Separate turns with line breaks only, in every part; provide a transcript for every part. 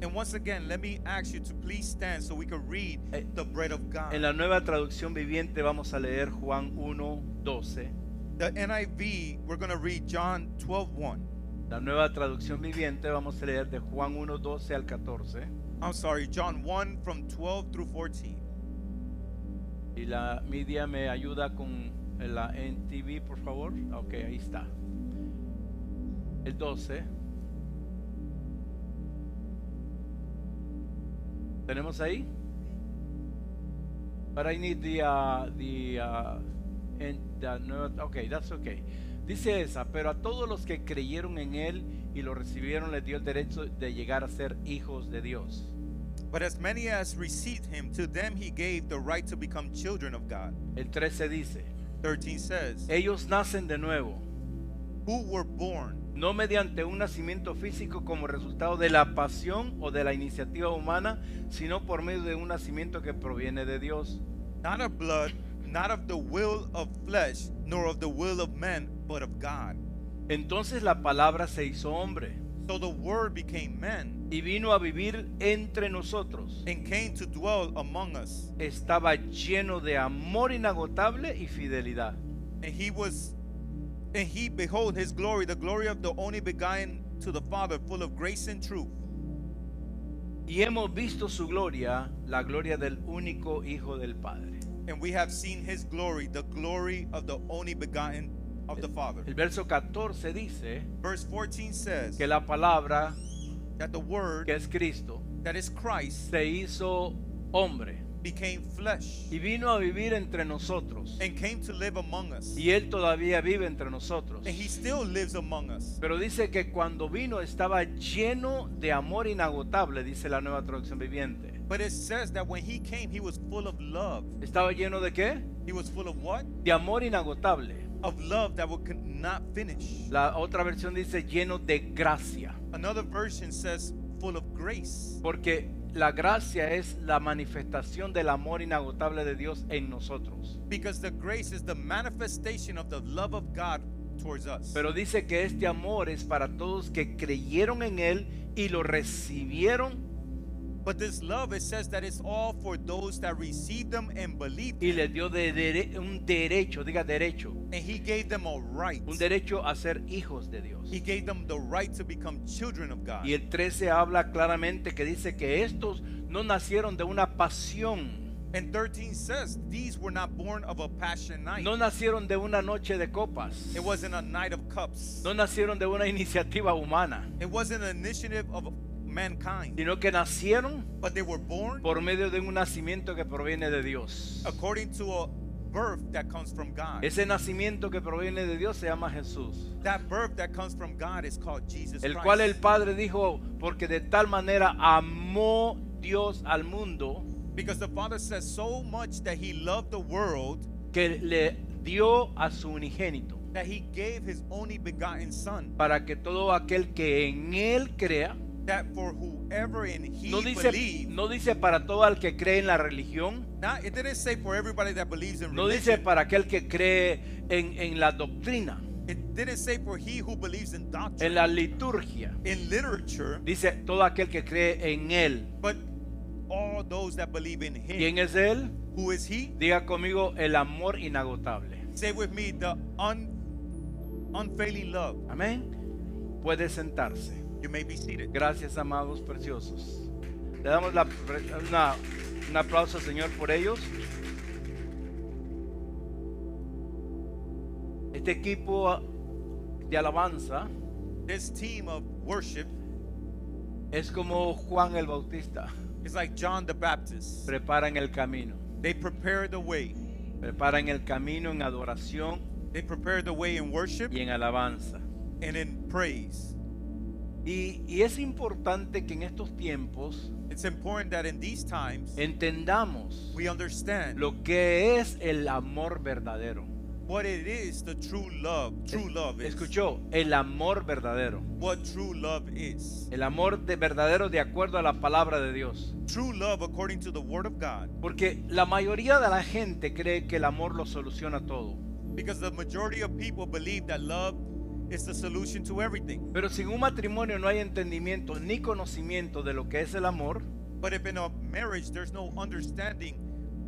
And once again, let me ask you to please stand so we can read
Eh,
the bread of God.
En la nueva traducción viviente vamos a leer Juan 1, 12.
The NIV, we're going to read John 12 1.
La nueva traducción viviente vamos a leer de Juan 1, 12 al 14.
I'm sorry, John 1 from 12 through 14.
Y la media me ayuda con la NTV, por favor. Ok, ahí está. El 12. ¿Tenemos ahí? But I need the, uh, the, uh, en- the no- ok, that's okay. Dice esa, pero a todos los que creyeron en él y lo recibieron les dio el derecho de llegar a ser hijos de Dios.
But as many as received him, to them he gave the right to become children of God.
El 13 dice,
13 says,
ellos nacen de nuevo.
Who were born,
no mediante un nacimiento físico como resultado de la pasión o de la iniciativa humana, sino por medio de un nacimiento que proviene de Dios.
not of blood, not of the will of flesh, nor of the will of men, but of God.
Entonces la palabra se hizo hombre
So the word became man
y vino a vivir entre nosotros.
and came to dwell among us.
Estaba lleno de amor inagotable y fidelidad.
And he was, and he behold his glory, the glory of the only begotten to the Father, full of grace and truth.
Y hemos visto su gloria, la gloria del único Hijo del Padre.
And we have seen his glory, the glory of the only begotten of the Father.
El verso 14 dice
Verse 14 says
que la palabra,
that the
que
word
es Cristo,
that is Christ
se hizo hombre.
became flesh
y vino a vivir entre nosotros.
and came to live among us.
Y él todavía vive entre nosotros.
And he still lives among us.
Pero dice que cuando vino estaba lleno de amor inagotable, dice la nueva traducción viviente.
But it says that when he came, he was full of love.
¿Estaba lleno de qué?
He was full of what?
De amor inagotable.
Of love that we could not finish.
La otra versión dice lleno de gracia.
Another version says full of grace.
Porque la gracia es la manifestación del amor inagotable de Dios en nosotros.
Because the grace is the manifestation of the love of God towards us.
Pero dice que este amor es para todos que creyeron en Él y lo recibieron
But this love, it says that it's all for those that receive them and believe
y
them.
les dio de dere- un derecho, diga derecho,
And he gave them a right.
un derecho a ser hijos de Dios.
He gave them the right to become children of God.
Y el 13 habla claramente que dice que estos no nacieron de una pasión,
And 13 says, These were not born of a passion night.
no nacieron de una noche de copas,
It wasn't a night of cups.
no nacieron de una iniciativa humana,
It wasn't an initiative of mankind.
sino que nacieron
But they were born
por medio de un nacimiento que proviene de Dios.
according to a birth that comes from God.
Ese nacimiento que proviene de Dios se llama Jesús,
That birth that comes from God is called Jesus
el cual el
Christ.
Padre dijo, porque de tal manera amó Dios al mundo
Because the Father says so much that He loved the world
que le dio a su unigénito.
that He gave His only begotten Son.
para que todo aquel que en él crea,
That for whoever in He
no dice,
believes,
no dice para todo el que cree en la religión,
not, it didn't say for everybody that believes in
no dice
religion.
para aquel que cree en, en la doctrina,
It didn't say for he who believes in
en
doctrine,
la liturgia,
in literature,
dice todo aquel que cree en él.
but all those that believe in him.
¿Quién es él?
Who is he?
Diga conmigo el amor inagotable.
Say with me the un, unfailing love.
Amén. Puede sentarse.
You may be seated.
Gracias, amados preciosos. Le damos la pre- una- un aplauso al Señor por ellos. Este equipo de alabanza
This team of worship
es como Juan el Bautista.
is like John the Baptist.
Preparan el camino.
They prepare the way.
Preparan el camino en adoración
They prepare the way in worship
y en alabanza.
and in praise.
Y, y es importante que en estos tiempos
It's important that in these times
entendamos
we understand
lo que es el amor verdadero.
what it is the true love, true love is.
Escuchó, el amor verdadero.
What true love is.
El amor de verdadero de acuerdo a la palabra de Dios.
True love according to the word of God.
Porque la mayoría de la gente cree que el amor lo soluciona todo.
Because the majority of people believe that love is the solution to everything.
Pero sin un matrimonio no hay entendimiento ni conocimiento de lo que es el amor,
But if in a marriage there's no understanding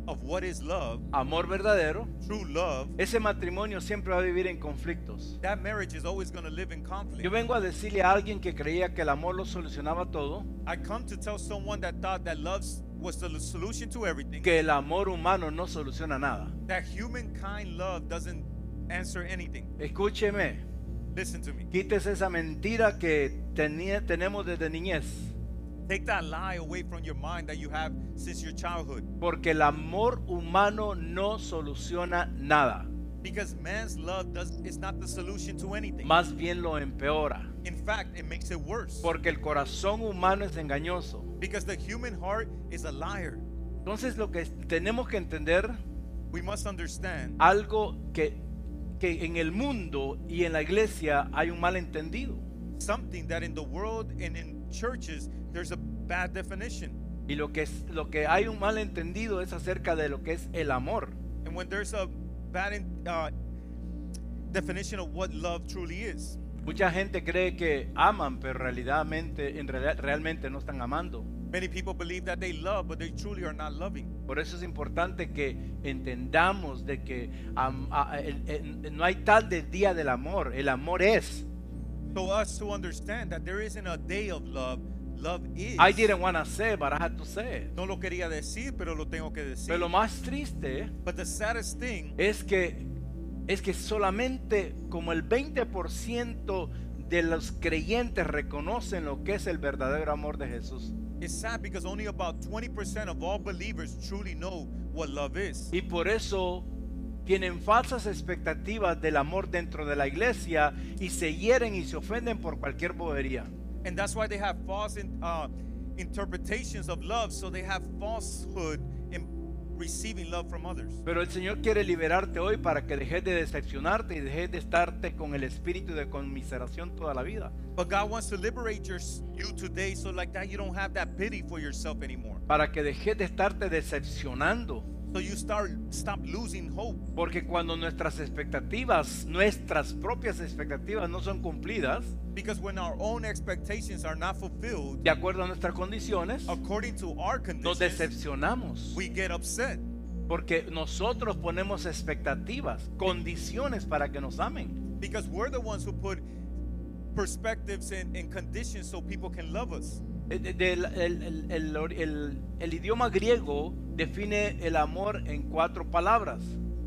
of what is love,
amor verdadero,
true love,
ese matrimonio siempre va a vivir en conflictos.
that marriage is always going to live in conflict.
Yo vengo a decirle a alguien que creía que el amor lo solucionaba todo,
I come to tell someone that thought that love was the solution to everything,
que el amor humano no soluciona nada.
that humankind love doesn't answer anything.
Escúcheme,
Listen to me.
quítese esa mentira que tenía- tenemos desde niñez,
Take that lie away from your mind that you have since your childhood.
porque el amor humano no soluciona nada,
Because man's love does is not the solution to anything.
más bien lo empeora,
In fact, it makes it worse.
porque el corazón humano es engañoso.
Because the human heart is a liar.
Entonces lo que tenemos que entender
We must understand
algo que, que en el mundo y en la iglesia hay un malentendido.
something that in the world and in churches there's a bad definition.
Y lo que, es, lo que hay un malentendido es acerca de lo que es el amor.
And when there's a bad in, uh, definition of what love truly is,
Mucha gente cree que aman, pero realmente, en realidad, realmente no están amando.
many people believe that they love, but they truly are not loving.
Por eso es importante que entendamos de que am- a- el- el- no hay tal del día del amor. El amor es.
So us to understand that there isn't a day of love. Love is.
I didn't want to say, but I had to say it.
No lo quería decir, pero lo tengo que decir.
Pero lo más triste
But the saddest thing
es que es que solamente como el 20% de los creyentes reconocen lo que es el verdadero amor de Jesús.
is sad because only about 20% of all believers truly know what love is.
Y por eso tienen falsas expectativas del amor dentro de la iglesia y se hieren y se ofenden por cualquier bobería.
And that's why they have false in, uh, interpretations of love, so they have falsehood in receiving love from others.
Pero el Señor quiere liberarte hoy para que dejes de decepcionarte y dejes de estarte con el espíritu de conmiseración toda la vida.
But God wants to liberate your, you today so like that you don't have that pity for yourself anymore.
Para que dejes de estarte decepcionando.
So you start stop losing hope.
Porque cuando nuestras expectativas, nuestras propias expectativas no son cumplidas,
Because when our own expectations are not fulfilled
de acuerdo a nuestras condiciones,
according to our
nos
conditions,
decepcionamos.
we get upset.
Porque nosotros ponemos expectativas, condiciones para que nos amen.
Because we're the ones who put perspectives and, and conditions so people can love us.
Eh, de- del- el, el- el or- el- el idioma griego define el amor en cuatro palabras.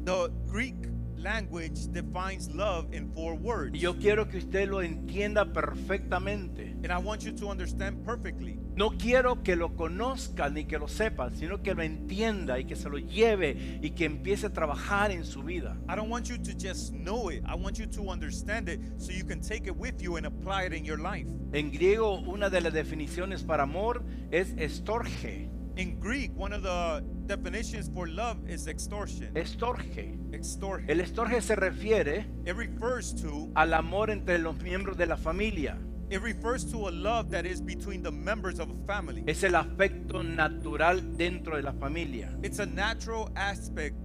The Greek language defines love in four words.
Y yo quiero que usted lo entienda perfectamente.
And I want you to understand perfectly.
No quiero que lo conozca ni que lo sepa, sino que lo entienda y que se lo lleve y que empiece a trabajar en su vida.
I don't want you to just know it. I want you to understand it so you can take it with you and apply it in your life.
En griego, una de las definiciones para amor es estorge.
In Greek, one of the definitions for love is extortion.
Estorge.
Extortion.
El estorge se refiere
It refers to
al amor entre los miembros de la familia.
it refers to a love that is between the members of a family.
Es el afecto natural dentro de la familia.
It's a natural aspect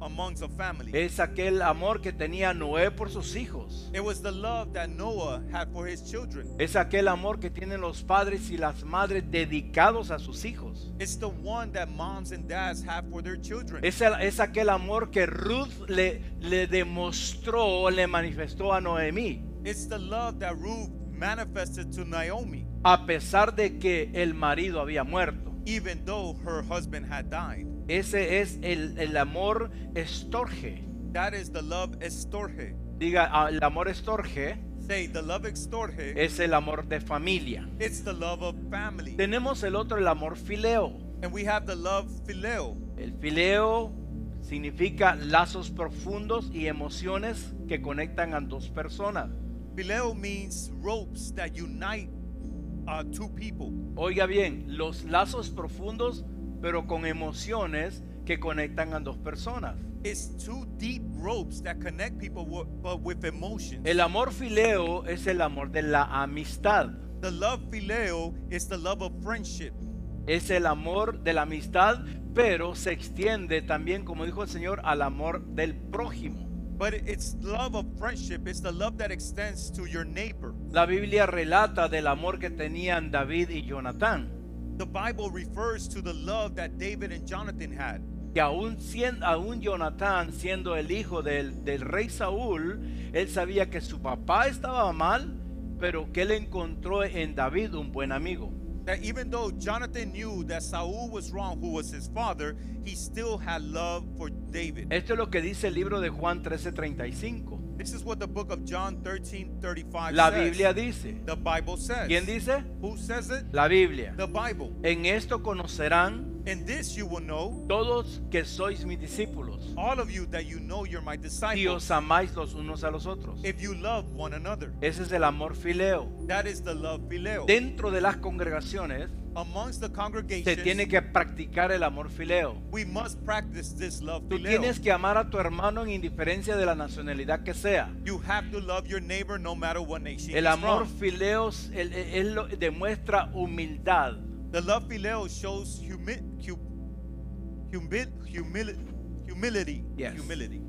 amongst a family.
Es aquel amor que tenía Noé por sus hijos.
It was the love that Noah had for his children.
Es aquel amor que tienen los padres y las madres dedicados a sus hijos.
It's the one that moms and dads have for their children.
Es, el- es aquel amor que Ruth le, le demostró, le manifestó a Noemí.
It's the love that Ruth manifested to Naomi,
A pesar de que el marido había muerto.
even though her husband had died.
Ese es el, el amor estorge.
That is the love estorge.
Diga, ah, el amor estorge
Say, the love extorge.
es el amor de familia.
It's the love of family.
Tenemos el otro, el amor fileo.
And we have the love phileo.
El fileo Significa lazos profundos y emociones que conectan a dos personas.
Bileo means ropes that unite uh, two people.
Oiga bien, los lazos profundos pero con emociones que conectan a dos personas.
It's two deep ropes that connect people, wi- but with emotions.
El amor fileo es el amor de la amistad.
The love phileo is the love of friendship.
Es el amor de la amistad, pero se extiende también, como dijo el Señor, al amor del prójimo.
But it's love of friendship. It's the love that extends to your neighbor.
La Biblia relata del amor que tenían David y Jonatán,
The Bible refers to the love that David and Jonathan had.
que aún, sien- aún Jonatán, siendo el hijo del, del rey Saúl, él sabía que su papá estaba mal, pero que él encontró en David un buen amigo.
That even though Jonathan knew that Saul was wrong, who was his father, he still had love for David.
Esto es lo que dice el libro de Juan 13:35.
This is what the book of John 13 35
La
says.
Biblia dice.
the Bible says.
¿Quién dice?
Who says it?
La Biblia.
The Bible.
En esto conocerán
And this you will know,
todos que sois mis discípulos.
all of you, that you know you're Oh, my Eh.
Si
disciples,
os amáis los unos a los otros.
if you love one another.
Ese es el amor fileo.
That is the love phileo.
Dentro de las congregaciones
Amongst the
se
congregations,
tiene que practicar el amor fileo.
we must practice this love
Tú
phileo.
tienes que amar a tu hermano en indiferencia de la nacionalidad que sea.
You have to love your neighbor no matter what nation
El
he's
amor
from.
fileo es- el- es lo- demuestra humildad.
The love phileo shows humi hu- humil- humil- humility.
Yes.
Humility.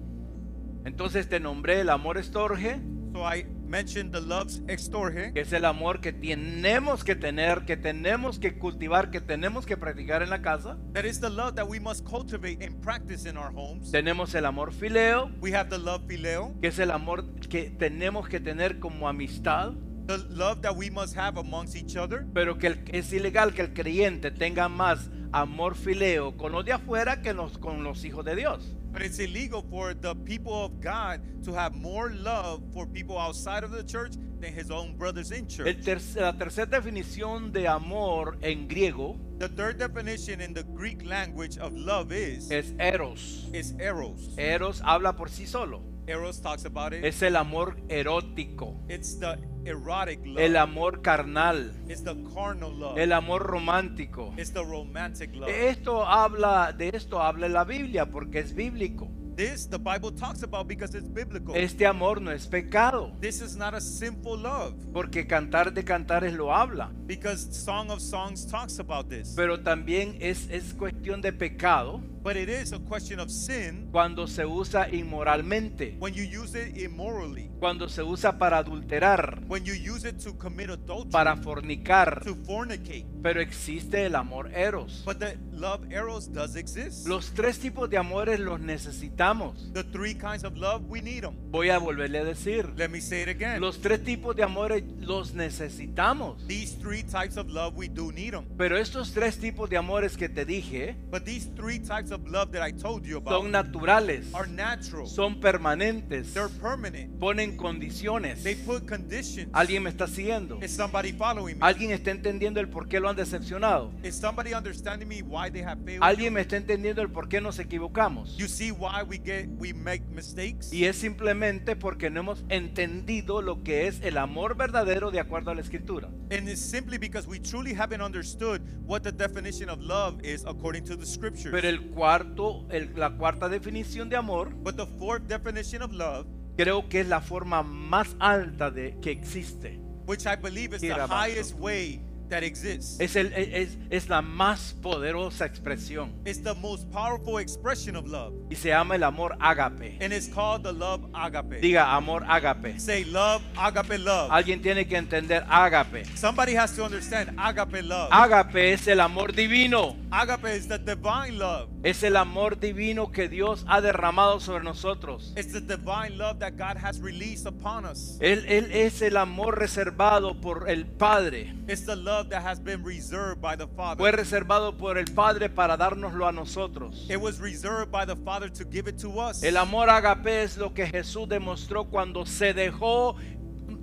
Entonces te nombré el amor estorge,
So I mentioned the loves extorge.
que es el amor que tenemos que tener, que tenemos que cultivar, que tenemos que practicar en la casa.
That is the love that we must cultivate and practice in our homes.
Tenemos el amor fileo,
we have the love phileo,
que es el amor que tenemos que tener como amistad,
the love that we must have amongst each other.
pero que el- es ilegal que el creyente tenga más amor fileo con los de afuera que los, con los hijos de Dios.
But it's illegal for the people of God to have more love for people outside of the church than his own brothers in church.
El terc- la tercera definición de amor en griego
the third definition in the Greek language of love is
es eros.
is eros.
Eros habla por sí solo.
Eros talks about it.
Es el amor erótico,
it's the erotic love.
el amor carnal,
it's the carnal love.
el Eh, amor romántico.
it's the romantic love.
De esto habla, de esto habla la Biblia porque es bíblico.
this the Bible talks about because it's biblical.
Este amor no es pecado,
this is not a sinful love
porque cantar de cantares lo habla,
because Song of Songs talks about this.
pero también es, es cuestión de pecado
but it is a question of sin
cuando se usa inmoralmente,
when you use it immorally,
cuando se usa para adulterar,
when you use it to commit adultery,
para fornicar,
to fornicate.
pero existe el amor eros.
But the love eros does exist.
Los tres tipos de amores los necesitamos.
the three kinds of love, we need them.
Voy a volverle a decir,
Let me say it again.
los tres tipos de amores los necesitamos.
These three types of love, we do need them.
Pero estos tres tipos de amores que te dije
But these three types of love that I told you about
son naturales,
are natural.
son permanentes,
They're permanent.
ponen condiciones.
They put conditions.
¿Alguien me está siguiendo?
Is somebody following me?
¿Alguien está entendiendo el por qué lo han decepcionado?
Is somebody understanding me why they have failed?
¿Alguien me está entendiendo el por qué nos equivocamos?
You see why we get we make mistakes?
Y es simplemente porque no hemos entendido lo que es el amor verdadero de acuerdo a la escritura.
And it's simply because we truly haven't understood what the definition of love is according to the scriptures.
Pero el cuarto, el- la cuarta definición de amor,
but the fourth definition of love,
creo que es la forma más alta de que existe.
which I believe is the
Quiera abajo.
highest way that exists,
Es, el- e, es- es la más poderosa expresión.
it's the most powerful expression of love.
Y se llama el amor ágape.
And it's called the love agape.
Diga amor ágape.
Say love, agape love.
Alguien tiene que entender ágape.
Somebody has to understand agape love.
Ágape es el amor divino.
agape is the divine love.
Es el amor divino que Dios ha derramado sobre nosotros.
It's the divine love that God has released upon us.
Él, él es el amor reservado por el Padre.
It's the love that has been reserved by the Father.
Fue reservado por el Padre para dárnoslo a nosotros.
It was reserved by the Father to give it to us.
El amor agape es lo que Jesús demostró cuando se dejó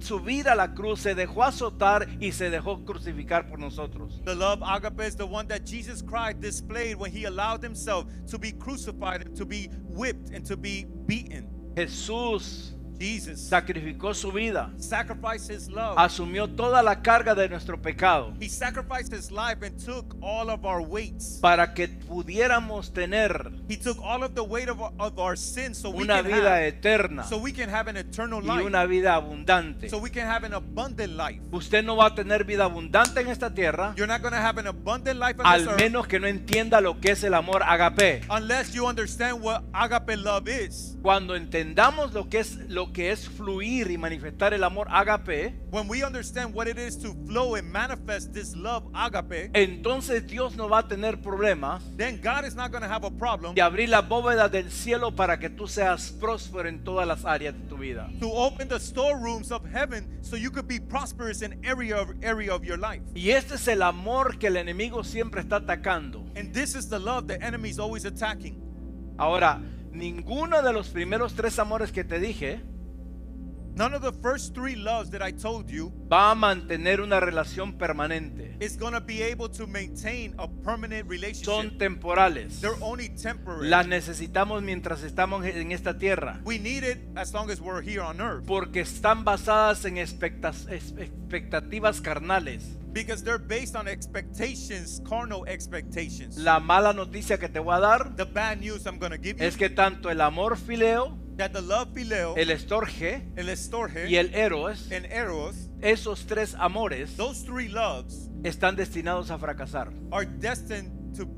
subir a la cruz, se dejó azotar y se dejó crucificar por nosotros.
The love agape is the one that Jesus Christ displayed when he allowed himself to be crucified, and to be whipped, and to be beaten.
Jesús
Jesus
sacrificó su vida,
sacrificed his love.
asumió toda la carga de nuestro pecado
He sacrificed his life and took all of our weights.
para que pudiéramos tener
He took all of the weight of our, of our sins so we
una
can
vida
have,
eterna
so we can have an eternal
y
life.
una vida abundante.
so we can have an abundant life.
Usted no va a tener vida abundante en esta tierra
You're not going to have an abundant life on this
al
earth
menos que no entienda lo que es el amor agape.
unless you understand what agape love is.
Cuando entendamos lo que es lo que es fluir y manifestar el amor agape,
When we understand what it is to flow and manifest this love agape,
entonces Dios no va a tener problemas
then God is not going to have a problem
de abrir las bóvedas del cielo para que tú seas próspero en todas las áreas de tu vida.
to open the storerooms of heaven so you could be prosperous in every of, area of your life.
Y este es el amor que el enemigo siempre está atacando.
And this is the love the enemy is always attacking.
Ahora, ninguno de los primeros tres amores que te dije
None of the first three loves that I told you
va a mantener una relación permanente.
is going to be able to maintain a permanent relationship.
Son temporales.
They're only temporary.
Las necesitamos mientras estamos en esta tierra.
we need it as long as we're here on earth
Porque están basadas en expectas- es- expectativas carnales.
because they're based on expectations, carnal expectations.
La mala noticia que te voy a dar
the bad news I'm going to give you
es que tanto el amor fileo,
that the love phileo,
el estorge
el estorge,
y el eros,
and eros,
esos tres amores
those three loves
están destinados a fracasar.
are destined to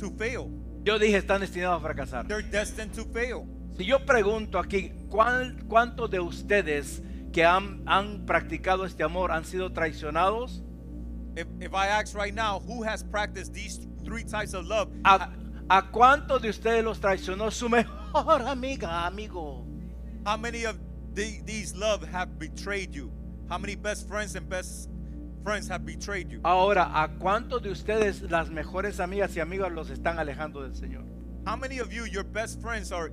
to fail.
Yo dije están destinados a fracasar.
They're destined to fail.
Si yo pregunto aquí, ¿cuál, ¿cuántos de ustedes que han, han practicado este amor han sido traicionados?
If, if I ask right now who has practiced these three types of love,
¿A, a cuántos de ustedes los traicionó su mejor amiga, amigo?
how many of the, these love have betrayed you? How many best friends and best friends have betrayed
Ah.
you?
Ahora, ¿a cuántos de ustedes las mejores amigas y amigos los están alejando del Señor?
How many of you, your best friends, are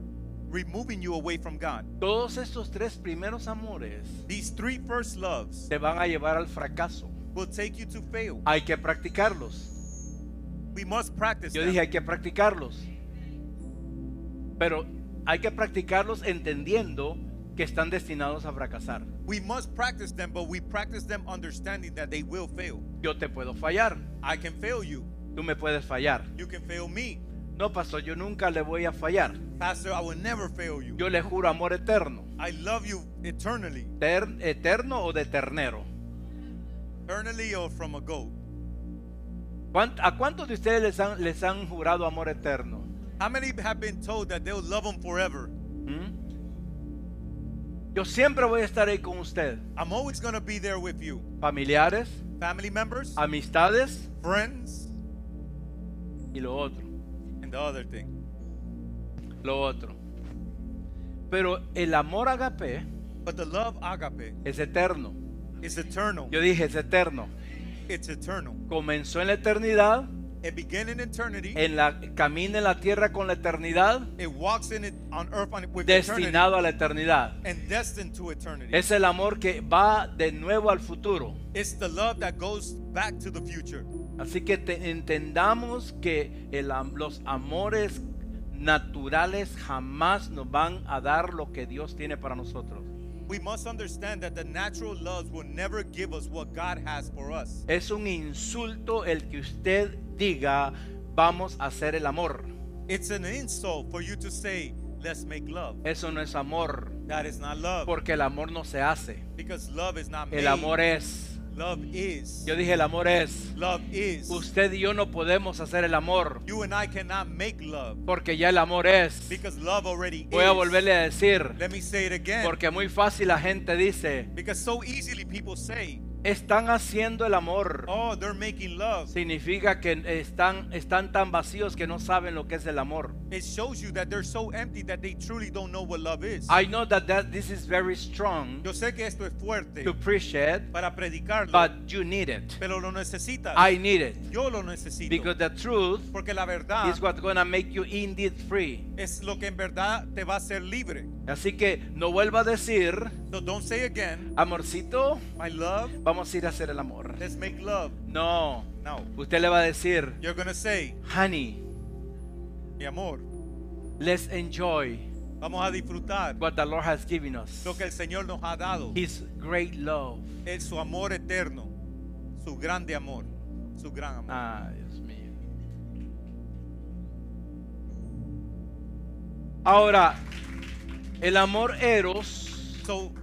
removing you away from God?
Todos estos tres primeros amores
These three first loves
te van a llevar al fracaso.
will take you to fail.
Hay que practicarlos.
We must practice.
Yo
them.
dije, hay que practicarlos. Pero hay que practicarlos entendiendo que están destinados a fracasar.
We must practice them, but we practice them understanding that they will fail.
Yo te puedo fallar,
I can fail you.
tú me puedes fallar.
You can fail me.
No, pastor, yo nunca le voy a fallar.
Pastor, I will never fail you.
Yo le juro amor eterno.
I love you eternally.
Ter- eterno o de ternero.
Eternally or from a goat.
¿Cuán- ¿A cuántos de ustedes les han, les han jurado amor eterno?
How many have been told that they'll love him forever?
¿Mm? Yo siempre voy a estar ahí con usted.
I'm always going to be there with you.
Familiares,
Family members,
amistades
friends,
y lo otro.
and the other thing.
Lo otro. Pero el amor agape
But the love agape
es eterno.
is eternal.
Yo dije, es eterno.
It's eternal.
Comenzó en la eternidad,
It began in eternity.
en la, camina en la tierra con la eternidad,
It walks in it on earth on, with eternity
destinado a la eternidad.
and destined to eternity.
Es el amor que va de nuevo al futuro.
It's the love that goes back to the future.
Así que te- entendamos que el am- los amores naturales jamás nos van a dar lo que Dios tiene para nosotros.
We must understand that the natural loves will never give us what God has for us.
Es un insulto el que usted diga, vamos a hacer el amor.
It's an insult for you to say, let's make love.
Eso no es amor,
That is not love.
porque el amor no se hace.
Because love is not made.
El amor es.
Love is.
Yo dije, el amor es.
Love is.
Usted y yo no podemos hacer el amor,
You and I cannot make love.
porque ya el amor es.
Because love already
Voy
is.
a volverle a decir,
Let me say it again.
porque muy fácil la gente dice,
Because so easily people say,
Están haciendo el amor.
Oh, they're making love.
Significa que están, están tan vacíos que no saben lo que es el amor.
It shows you that they're so empty that they truly don't know what love is.
I know that, that this is very strong
Yo sé que esto es fuerte
to preach it,
para predicarlo,
but you need it.
pero lo necesitas.
I need it
Yo lo necesito.
because the truth
porque la verdad
is what's gonna make you indeed free.
es lo que en verdad te va a hacer libre.
Así que no vuelva a decir,
So don't say again,
amorcito,
my love,
vamos a ir a hacer el amor.
let's make love.
No,
No.
usted le va a decir,
You're going to say,
honey,
mi amor,
let's enjoy
vamos a disfrutar
what the Lord has given us.
lo que el Señor nos ha dado.
His great love.
Es su amor eterno, su grande amor, su gran amor.
Ah, Dios mío. Ahora, el amor eros
So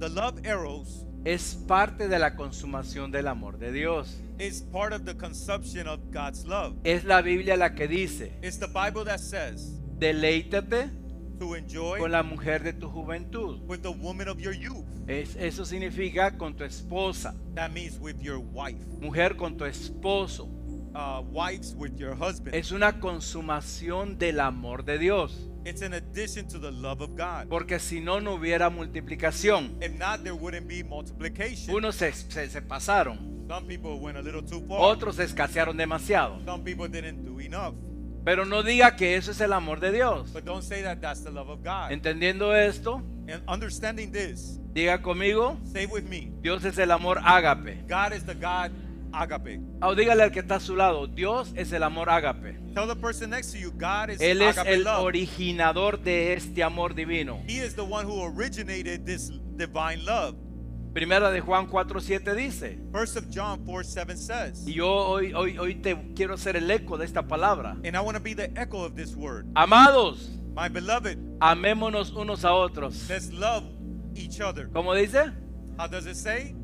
the love arrows
es parte de la consumación del amor de Dios.
is part of the consumption of God's love.
Es la Biblia la que dice,
It's the Bible that says
deleítate
to enjoy
con la mujer de tu juventud.
with the woman of your youth.
Es- eso significa con tu esposa,
That means with your wife,
mujer con tu esposo.
uh, wives with your husband.
Es una consumación del amor de Dios,
It's an addition to the love of God.
porque si no, no hubiera multiplicación.
If not, there wouldn't be multiplication.
Unos se, se- se pasaron,
Some people went a little too far.
otros se escasearon demasiado.
Some people didn't do enough.
Pero no diga que eso es el amor de Dios.
But don't say that that's the love of God.
Entendiendo esto,
And understanding this,
diga conmigo,
say with me,
Dios es el amor ágape.
God is the God agape.
O dígale al que está a su lado, Dios es el amor ágape.
Tell the person next to you, God is
Él es
agape
el
love.
originador de este amor divino.
He is the one who originated this divine love.
Primera de Juan 4:7 dice,
First of John 4 7 says,
y yo hoy, hoy, hoy te quiero hacer el eco de esta palabra.
and I want to be the echo of this word.
Amados,
My beloved,
amémonos unos a otros.
let's love each other.
¿Cómo dice?
How does it say?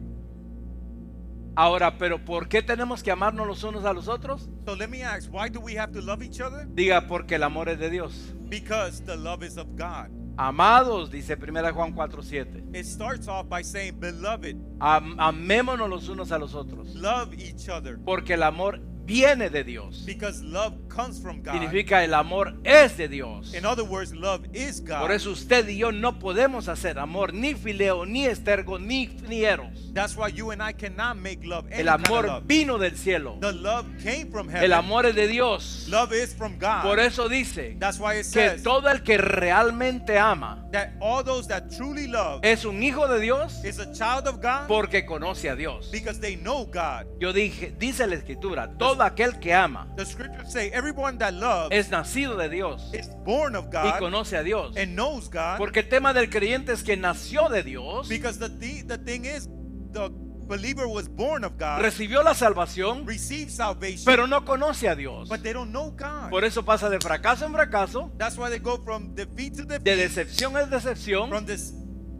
Ahora, pero ¿por qué tenemos que amarnos los unos a los otros?
So let me ask, why do we have to love each other?
Diga, porque el amor es de Dios.
Because the love is of God.
Amados, dice 1 Juan 4:7.
It starts off by saying, beloved,
Am- amémonos los unos a los otros.
love each other.
Porque el amor viene de Dios.
Because love comes from God.
Significa el amor es de Dios.
In other words, love is God.
Por eso usted y yo no podemos hacer amor, ni fileo, ni estergo, ni, ni eros.
That's why you and I cannot make love any
El
kind
amor
of love.
vino del cielo.
The love came from heaven.
El amor es de Dios.
Love is from God.
Por eso dice
That's why it
que
says
todo el que realmente ama
that all those that truly love
es un hijo de Dios
is a child of God
porque conoce a Dios.
because they know God.
Yo dije, dice la escritura, todo aquel que ama
The scriptures say everyone that loves
es nacido de Dios
is born of
y
God
conoce a Dios.
and knows God
Porque el tema del creyente es que nació de Dios,
because the, thi- the thing is the believer was born of God,
recibió la salvación,
receives salvation,
pero no conoce a Dios.
but they don't know God.
Por eso pasa de fracaso en fracaso,
That's why they go from defeat to defeat,
de decepción en
from
decepción,
this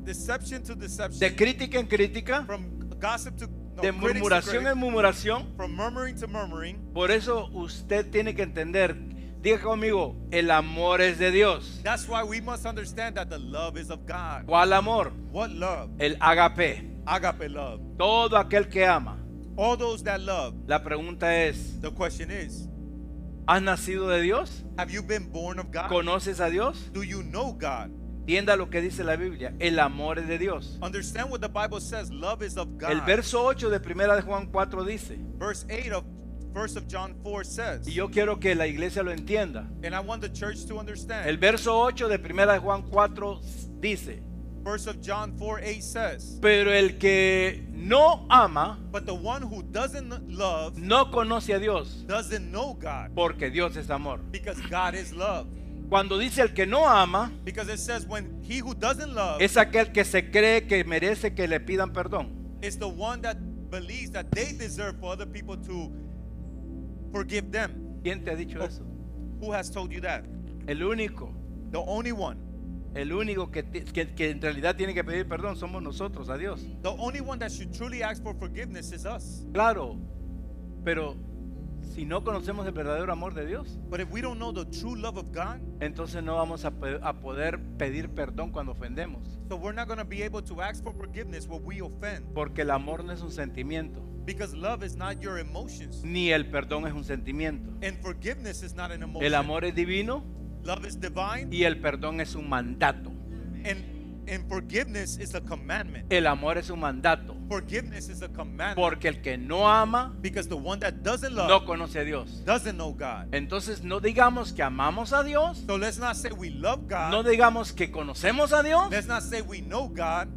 deception to deception,
de crítica en crítica,
from gossip to no,
de
critics to
murmuración
critic,
en murmuración.
from murmuring to murmuring.
Por eso usted tiene que entender, diga conmigo, el amor es de Dios.
That's why we must understand that the love is of God.
¿Cuál amor?
What love?
El agape.
Agape love.
Todo aquel que ama.
All those that love.
La pregunta es,
The question is,
¿has nacido de Dios?
have you been born of God?
¿Conoces a Dios?
Do you know God?
Entienda lo que dice la Biblia, el amor es de Dios.
Understand what the Bible says. Love is of Oh, God.
El verso 8 de primera de Juan 4 dice,
Verse 8 of First of John 4 says,
y yo quiero que la iglesia lo entienda.
and I want the church to understand.
El verso 8 de primera de Juan 4 dice,
First of John 4 8 says,
pero el que no ama
but the one who doesn't love
no conoce a Dios,
doesn't know God,
porque Dios es amor.
because God is love.
Cuando dice el que no ama,
Because it says when he who doesn't love
es aquel que se cree que merece que le pidan perdón.
is the one that believes that they deserve for other people to forgive them.
¿Quién te ha dicho eso?
Who has told you that?
El único
The only one.
El único que, ti- que- que en realidad tiene que pedir perdón somos nosotros, a Dios.
The only one that should truly ask for forgiveness is us.
Claro, pero Si no conocemos el verdadero amor de Dios,
But if we don't know the true love of God,
entonces no vamos a, pe- a poder pedir perdón cuando ofendemos.
so we're not going to be able to ask for forgiveness when we offend.
Porque el amor no es un sentimiento,
Because love is not your emotions,
ni el perdón es un sentimiento.
and forgiveness is not an emotion.
El amor es divino
Love is divine,
y el perdón es un mandato.
and, and forgiveness is a commandment.
El amor es un mandato.
Forgiveness is a commandment.
Porque el que no ama
because the one that doesn't love
no conoce a Dios.
doesn't know God.
Entonces no digamos que amamos a Dios,
So let's not say we love God.
no digamos que conocemos a Dios
let's not say we know God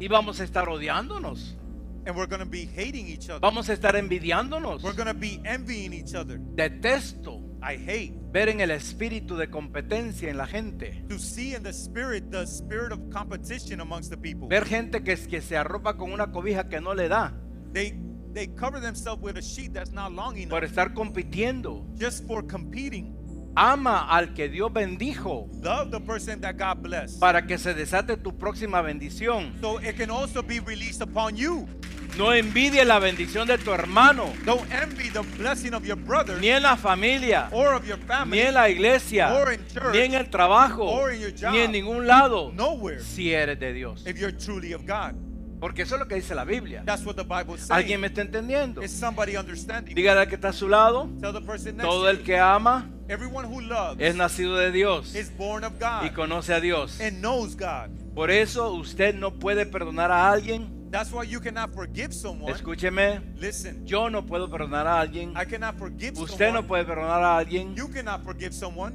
y vamos a estar odiándonos,
and we're going to be hating each other.
vamos a estar envidiándonos.
We're going to be envying each other.
Detesto
I hate
ver en el espíritu de competencia en la gente.
to see in the spirit the spirit of competition amongst the people.
Ver gente que, es- que se arropa con una cobija que no le da
They they cover themselves with a sheet that's not long enough
por estar compitiendo.
just for competing.
Ama al que Dios bendijo
Love the person that God blessed.
para que se desate tu próxima bendición.
So it can also be released upon you.
No envidie la bendición de tu hermano,
Don't envy the blessing of your brother
ni en la familia,
or of your
ni
family.
en la iglesia,
or in church,
ni en el trabajo,
or in your job,
ni en ningún lado,
nowhere
si eres de Dios.
if you're truly of God.
Porque eso es lo que dice la Biblia.
That's what the Bible says.
¿Alguien me está entendiendo?
Is somebody understanding?
Dígale al que está a su lado,
Tell the person next
todo
to
el
you,
que ama
everyone who loves
es nacido de Dios
is born of God
y conoce a Dios.
and knows God.
Por eso usted no puede perdonar a alguien.
That's why you cannot forgive someone.
Escúcheme,
Listen,
yo no puedo perdonar a alguien.
I cannot forgive
Usted
someone.
no puede perdonar a alguien
You cannot forgive someone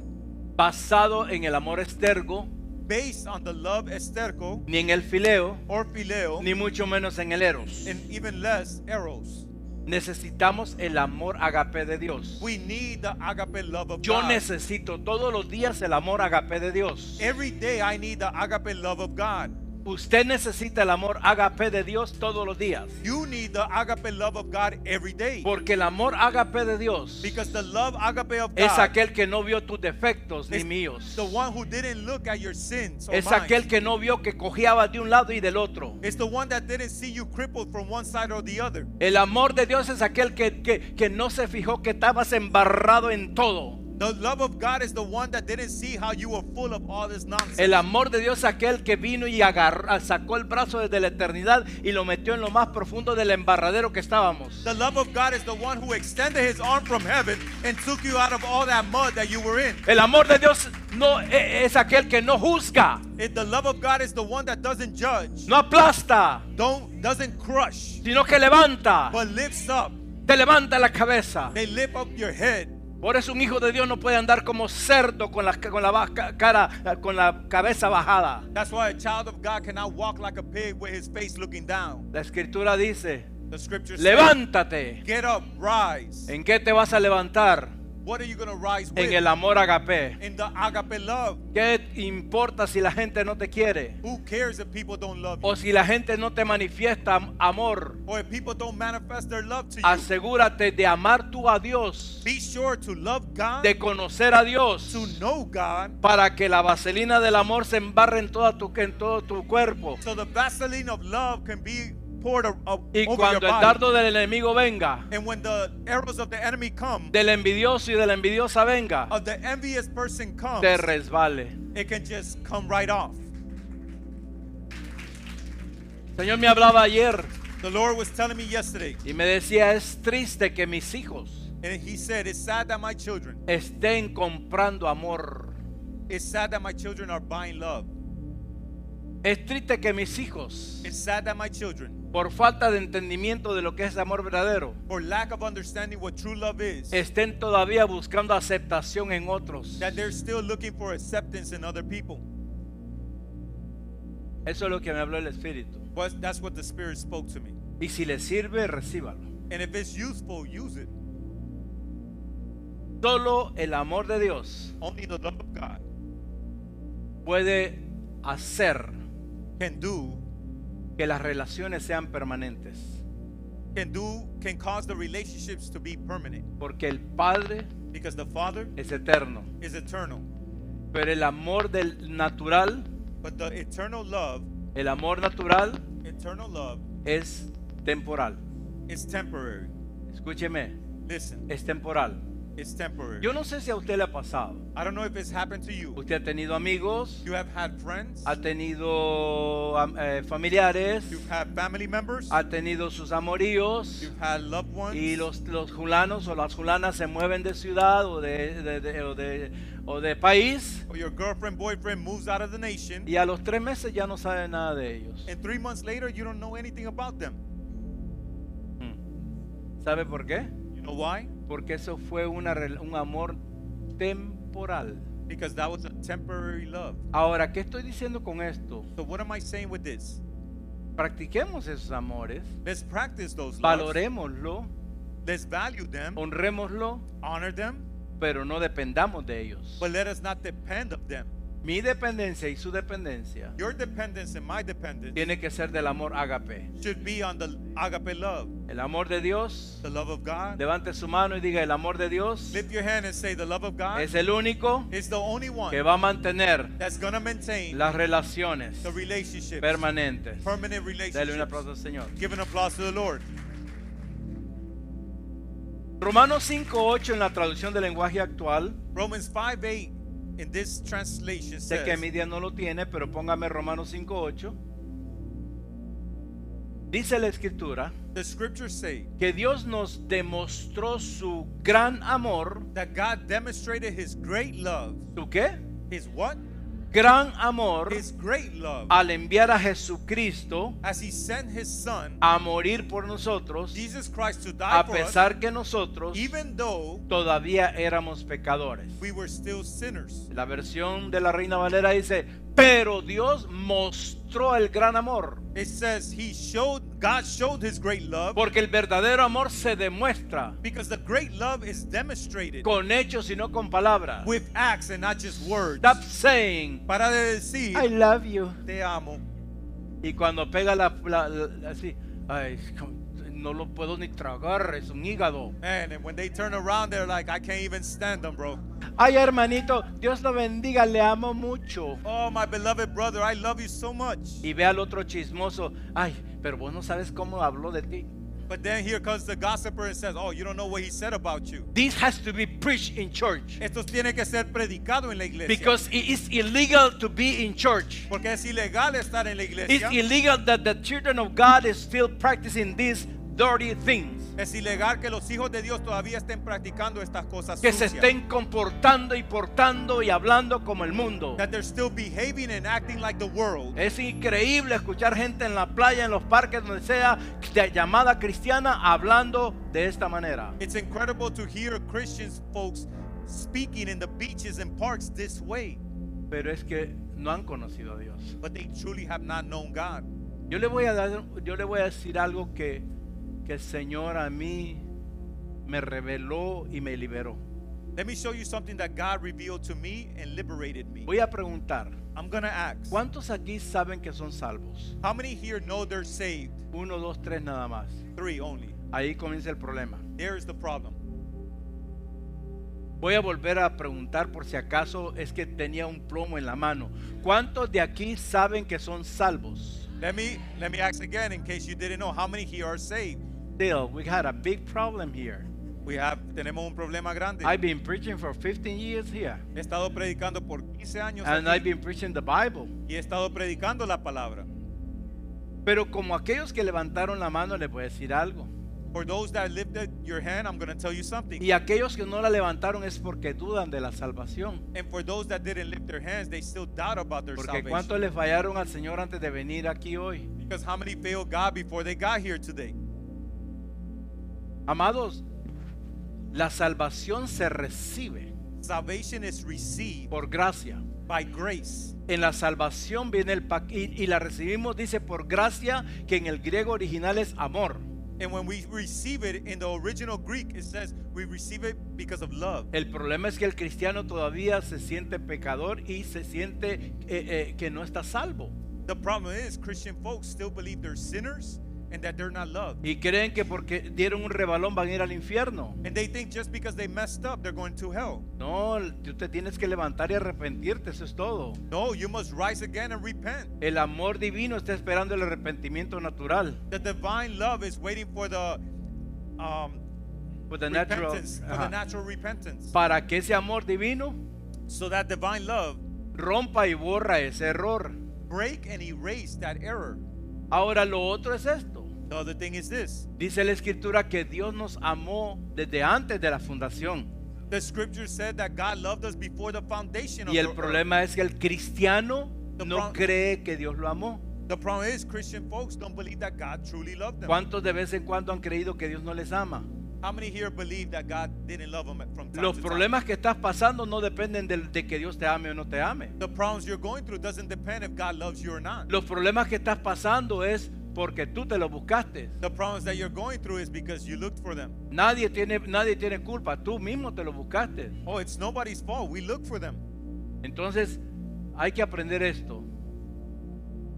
basado en el amor estergo,
based on the love esterco
ni en el fileo,
or phileo,
ni mucho menos en el eros.
and even less eros.
Necesitamos el amor agape de Dios.
We need the agape love of
Yo
God. Eh.
necesito todos los días el amor agape de Dios.
Every day I need the agape love of God.
Usted necesita el amor agape de Dios todos los días.
You need the agape love of God every day.
Porque el amor agape de Dios
Because the love agape of
es
God
aquel que no vio tus defectos ni
is
míos.
the one who didn't look at your sins or
Es
mine.
aquel que no vio que cojeaba de un lado y del otro.
It's the one that didn't see you crippled from one side or the other.
El amor de Dios es aquel que, que- que no se fijó que estabas embarrado en todo.
The love of God is the one that didn't see how you were full of all this nonsense.
El amor de Dios es aquel que vino y agarró, sacó el brazo desde la eternidad y lo metió en lo más profundo del embarradero que estábamos.
The love of God is the one who extended his arm from heaven and took you out of all that mud that you were in.
El amor de Dios no e- es aquel que no juzga,
It, the love of God is the one that doesn't judge,
no aplasta,
don't doesn't crush,
sino que levanta.
but lifts up.
Te levanta la cabeza.
They lift up your head.
Por eso un hijo de Dios no puede andar como cerdo con la, con la baja- cara, con la cabeza bajada.
That's why a child of God cannot walk like a pig with his face looking down.
La escritura dice,
The scripture says,
levántate.
Get up, rise.
¿En qué te vas a levantar?
What are you going to rise with?
En el amor agape.
in the agape love.
¿Qué importa si la gente no te quiere?
Who cares if people don't love you?
O si la gente no te manifiesta am- amor.
Or if people don't manifest their love to you?
Asegúrate de amar tú a Dios,
Be sure to love God,
de conocer a Dios,
to know God,
para que la vaselina del amor se embarre en, toda tu, en todo tu cuerpo.
so the Vaseline of love can be poured a- a-
Y
over your
cuando el
body.
dardo del enemigo venga,
and when the arrows of the enemy come,
del envidioso y de la envidiosa venga,
of the envious person comes,
te resbale.
it can just come right off.
El Señor me hablaba ayer
The Lord was telling me yesterday,
y me decía, es triste que mis hijos
and He said, It's sad that my children,
estén comprando amor.
it's sad that my children are buying love.
Es triste que mis hijos,
It's sad that my children,
por falta de entendimiento de lo que es amor verdadero,
for lack of understanding what true love is,
estén todavía buscando aceptación en otros.
that they're still looking for acceptance in other people.
Eso es lo que me habló el Espíritu.
But that's what the Spirit spoke to me.
Y si le sirve, recíbalo.
And if it's useful, use it.
Solo el amor de Dios
Only the love of God
puede hacer
can do,
que las relaciones sean permanentes.
can do, can cause the relationships to be permanent.
Porque el Padre
Because the Father
es eterno.
is eternal.
Pero el amor del natural,
But the eternal love,
el amor natural
eternal love,
es temporal.
is temporary.
Escúcheme,
Listen,
es temporal.
it's temporary.
Yo no sé si a usted le ha pasado.
I don't know if it's happened to you.
Usted ha tenido amigos,
You have had friends,
ha tenido am- eh, familiares,
you've had family members,
ha tenido sus amoríos.
you've had loved ones,
Y los, los julanos o las julanas se mueven de ciudad o de, de- de- o de- o de país
or your girlfriend, boyfriend moves out of the nation,
y a los tres meses ya no sabe nada de ellos.
and three months later, you don't know anything about them.
Mm. ¿Sabe por qué?
You know why?
Porque eso fue una rel- un amor temporal.
Because that was a temporary love.
Ahora, ¿qué estoy diciendo con esto?
So, what am I saying with this?
Practiquemos esos amores,
Let's practice those loves.
valorémoslo,
Let's value them,
honrémoslo,
honor them,
pero no dependamos de ellos.
but let us not depend of them.
Mi dependencia y su dependencia
Your dependence and my dependence
tiene que ser del amor agape.
should be on the agape love,
El amor de Dios,
the love of God.
levante su mano y diga, el amor de Dios
Lift your hand and say, The love of God
es el único
is the only one
que va a mantener
that's going to maintain
las relaciones
the relationship,
permanentes.
permanent
Dale un
relationship.
aplauso al Señor.
Give an applause to the Lord.
Romanos 5.8 en la traducción del lenguaje actual.
Romans 5 8 in this translation
Sé que
says,
Media no lo tiene, pero póngame Romanos 5.8. Dice la escritura
The scriptures say
que Dios nos demostró su gran amor.
that God demonstrated his great love.
¿Su qué?
His what?
Gran amor
His great love.
al enviar a Jesucristo
As he sent his son,
a morir por nosotros,
Jesus Christ, to die
a
for us,
pesar que nosotros
even though
todavía éramos pecadores.
we were still sinners.
La versión de la Reina Valera dice, pero Dios mostró el gran amor.
It says he showed God showed his great love
Porque el verdadero amor se demuestra
because the great love is demonstrated
con hechos y no con palabras.
with acts and not just words.
Stop saying
Para de decir
I love you.
te amo.
Y cuando pega la, la- la- así, "Ay, no lo puedo ni tragar, es un hígado.
Man, and when they turn around, they're like, I can't even stand them, bro.
Ay, hermanito, Dios lo bendiga, le amo mucho.
Oh, my beloved brother, I love you so much.
Y ve al otro chismoso, ay, pero vos no sabes cómo habló de ti.
But then here comes the gossiper and says, Oh, you don't know what he said about you.
This has to be preached in church
Esto tiene que ser predicado en la iglesia.
because it is illegal to be in church.
porque es ilegal estar en la
It's
iglesia.
illegal that the children of God is still practicing these dirty things.
Es ilegal que los hijos de Dios todavía estén practicando estas cosas
Que se
sucias.
estén comportando y portando y hablando como el mundo.
That they're still behaving and acting like the world.
Es increíble escuchar gente en la playa, en los parques, donde sea, de llamada cristiana, hablando de esta manera.
It's incredible to hear Christians folks speaking in the beaches and parks this way,
Pero es que no han conocido a Dios.
but they truly have not known God.
Yo le voy a dar, yo le voy a decir algo que, que el Señor a mí me reveló y me liberó.
Let me show you something that God revealed to me and liberated me.
Voy a preguntar,
I'm going to ask.
¿cuántos aquí saben que son salvos?
How many here know they're saved?
Uno, dos, tres nada más.
Three only.
Ahí comienza el problema.
There is the problem.
Voy a volver a preguntar por si acaso es que tenía un plomo en la mano. ¿Cuántos de aquí saben que son salvos?
Let me let me ask again in case you didn't know how many here are saved.
Still, we had a big problem here.
We have tenemos un problema grande.
I've been preaching for 15 years here,
He estado predicando por 15 años
and
aquí,
I've been preaching the Bible.
y he estado predicando la palabra.
Pero como aquellos que levantaron la mano, les voy a decir algo.
For those that lifted your hand, I'm going to tell you something.
Y aquellos que no la levantaron es porque dudan de la salvación.
And for those that didn't lift their hands, they still doubt about their
Porque
salvation.
cuántos le fallaron al Señor antes de venir aquí hoy.
Because how many failed God before they got here today?
Amados, la salvación se recibe
Salvation is received
por gracia.
by grace.
En la salvación viene el pacto y, y la recibimos, dice, por gracia, que en el griego original es amor.
And when we receive it in the original Greek, it says we receive it because of love.
El problema es que el cristiano todavía se siente pecador y se siente eh, eh, que no está salvo.
The problem is Christian folks still believe they're sinners and that they're not loved.
Y creen que porque dieron un rebalón van a ir al infierno.
And they think just because they messed up, they're going to hell.
No, tú te tienes que levantar y arrepentirte, eso es todo.
No, you must rise again and repent.
El amor divino está esperando el arrepentimiento natural.
The divine love is waiting for the um,
with Pues the natural, uh-huh.
repentance, for the
ajá,
natural repentance,
para que ese amor divino
so that divine love
rompa y borra ese error.
break and erase that error.
Ahora lo otro es esto.
The other thing is this:
Dice la escritura que Dios nos amó desde antes de la fundación.
the Scripture said that God loved us before the foundation of
Y
the
el
earth.
problema es que el cristiano
The
no
pro-
cree que Dios lo amó.
The problem is Christian folks don't believe that God truly loved them.
¿Cuántos de vez en cuando han creído que Dios no les ama?
How many here believe that God didn't love them from time
Los
to
problemas que estás pasando no dependen del- de, que Dios te ame o no te ame.
time? The problems you're going through doesn't depend if God loves you or not.
Los problemas que estás pasando es porque tú te los buscaste.
The problems that you're going through is because you looked for them.
Nadie tiene, nadie tiene culpa, tú mismo te los buscaste.
Oh, it's nobody's fault. We look for them.
Entonces hay que aprender esto.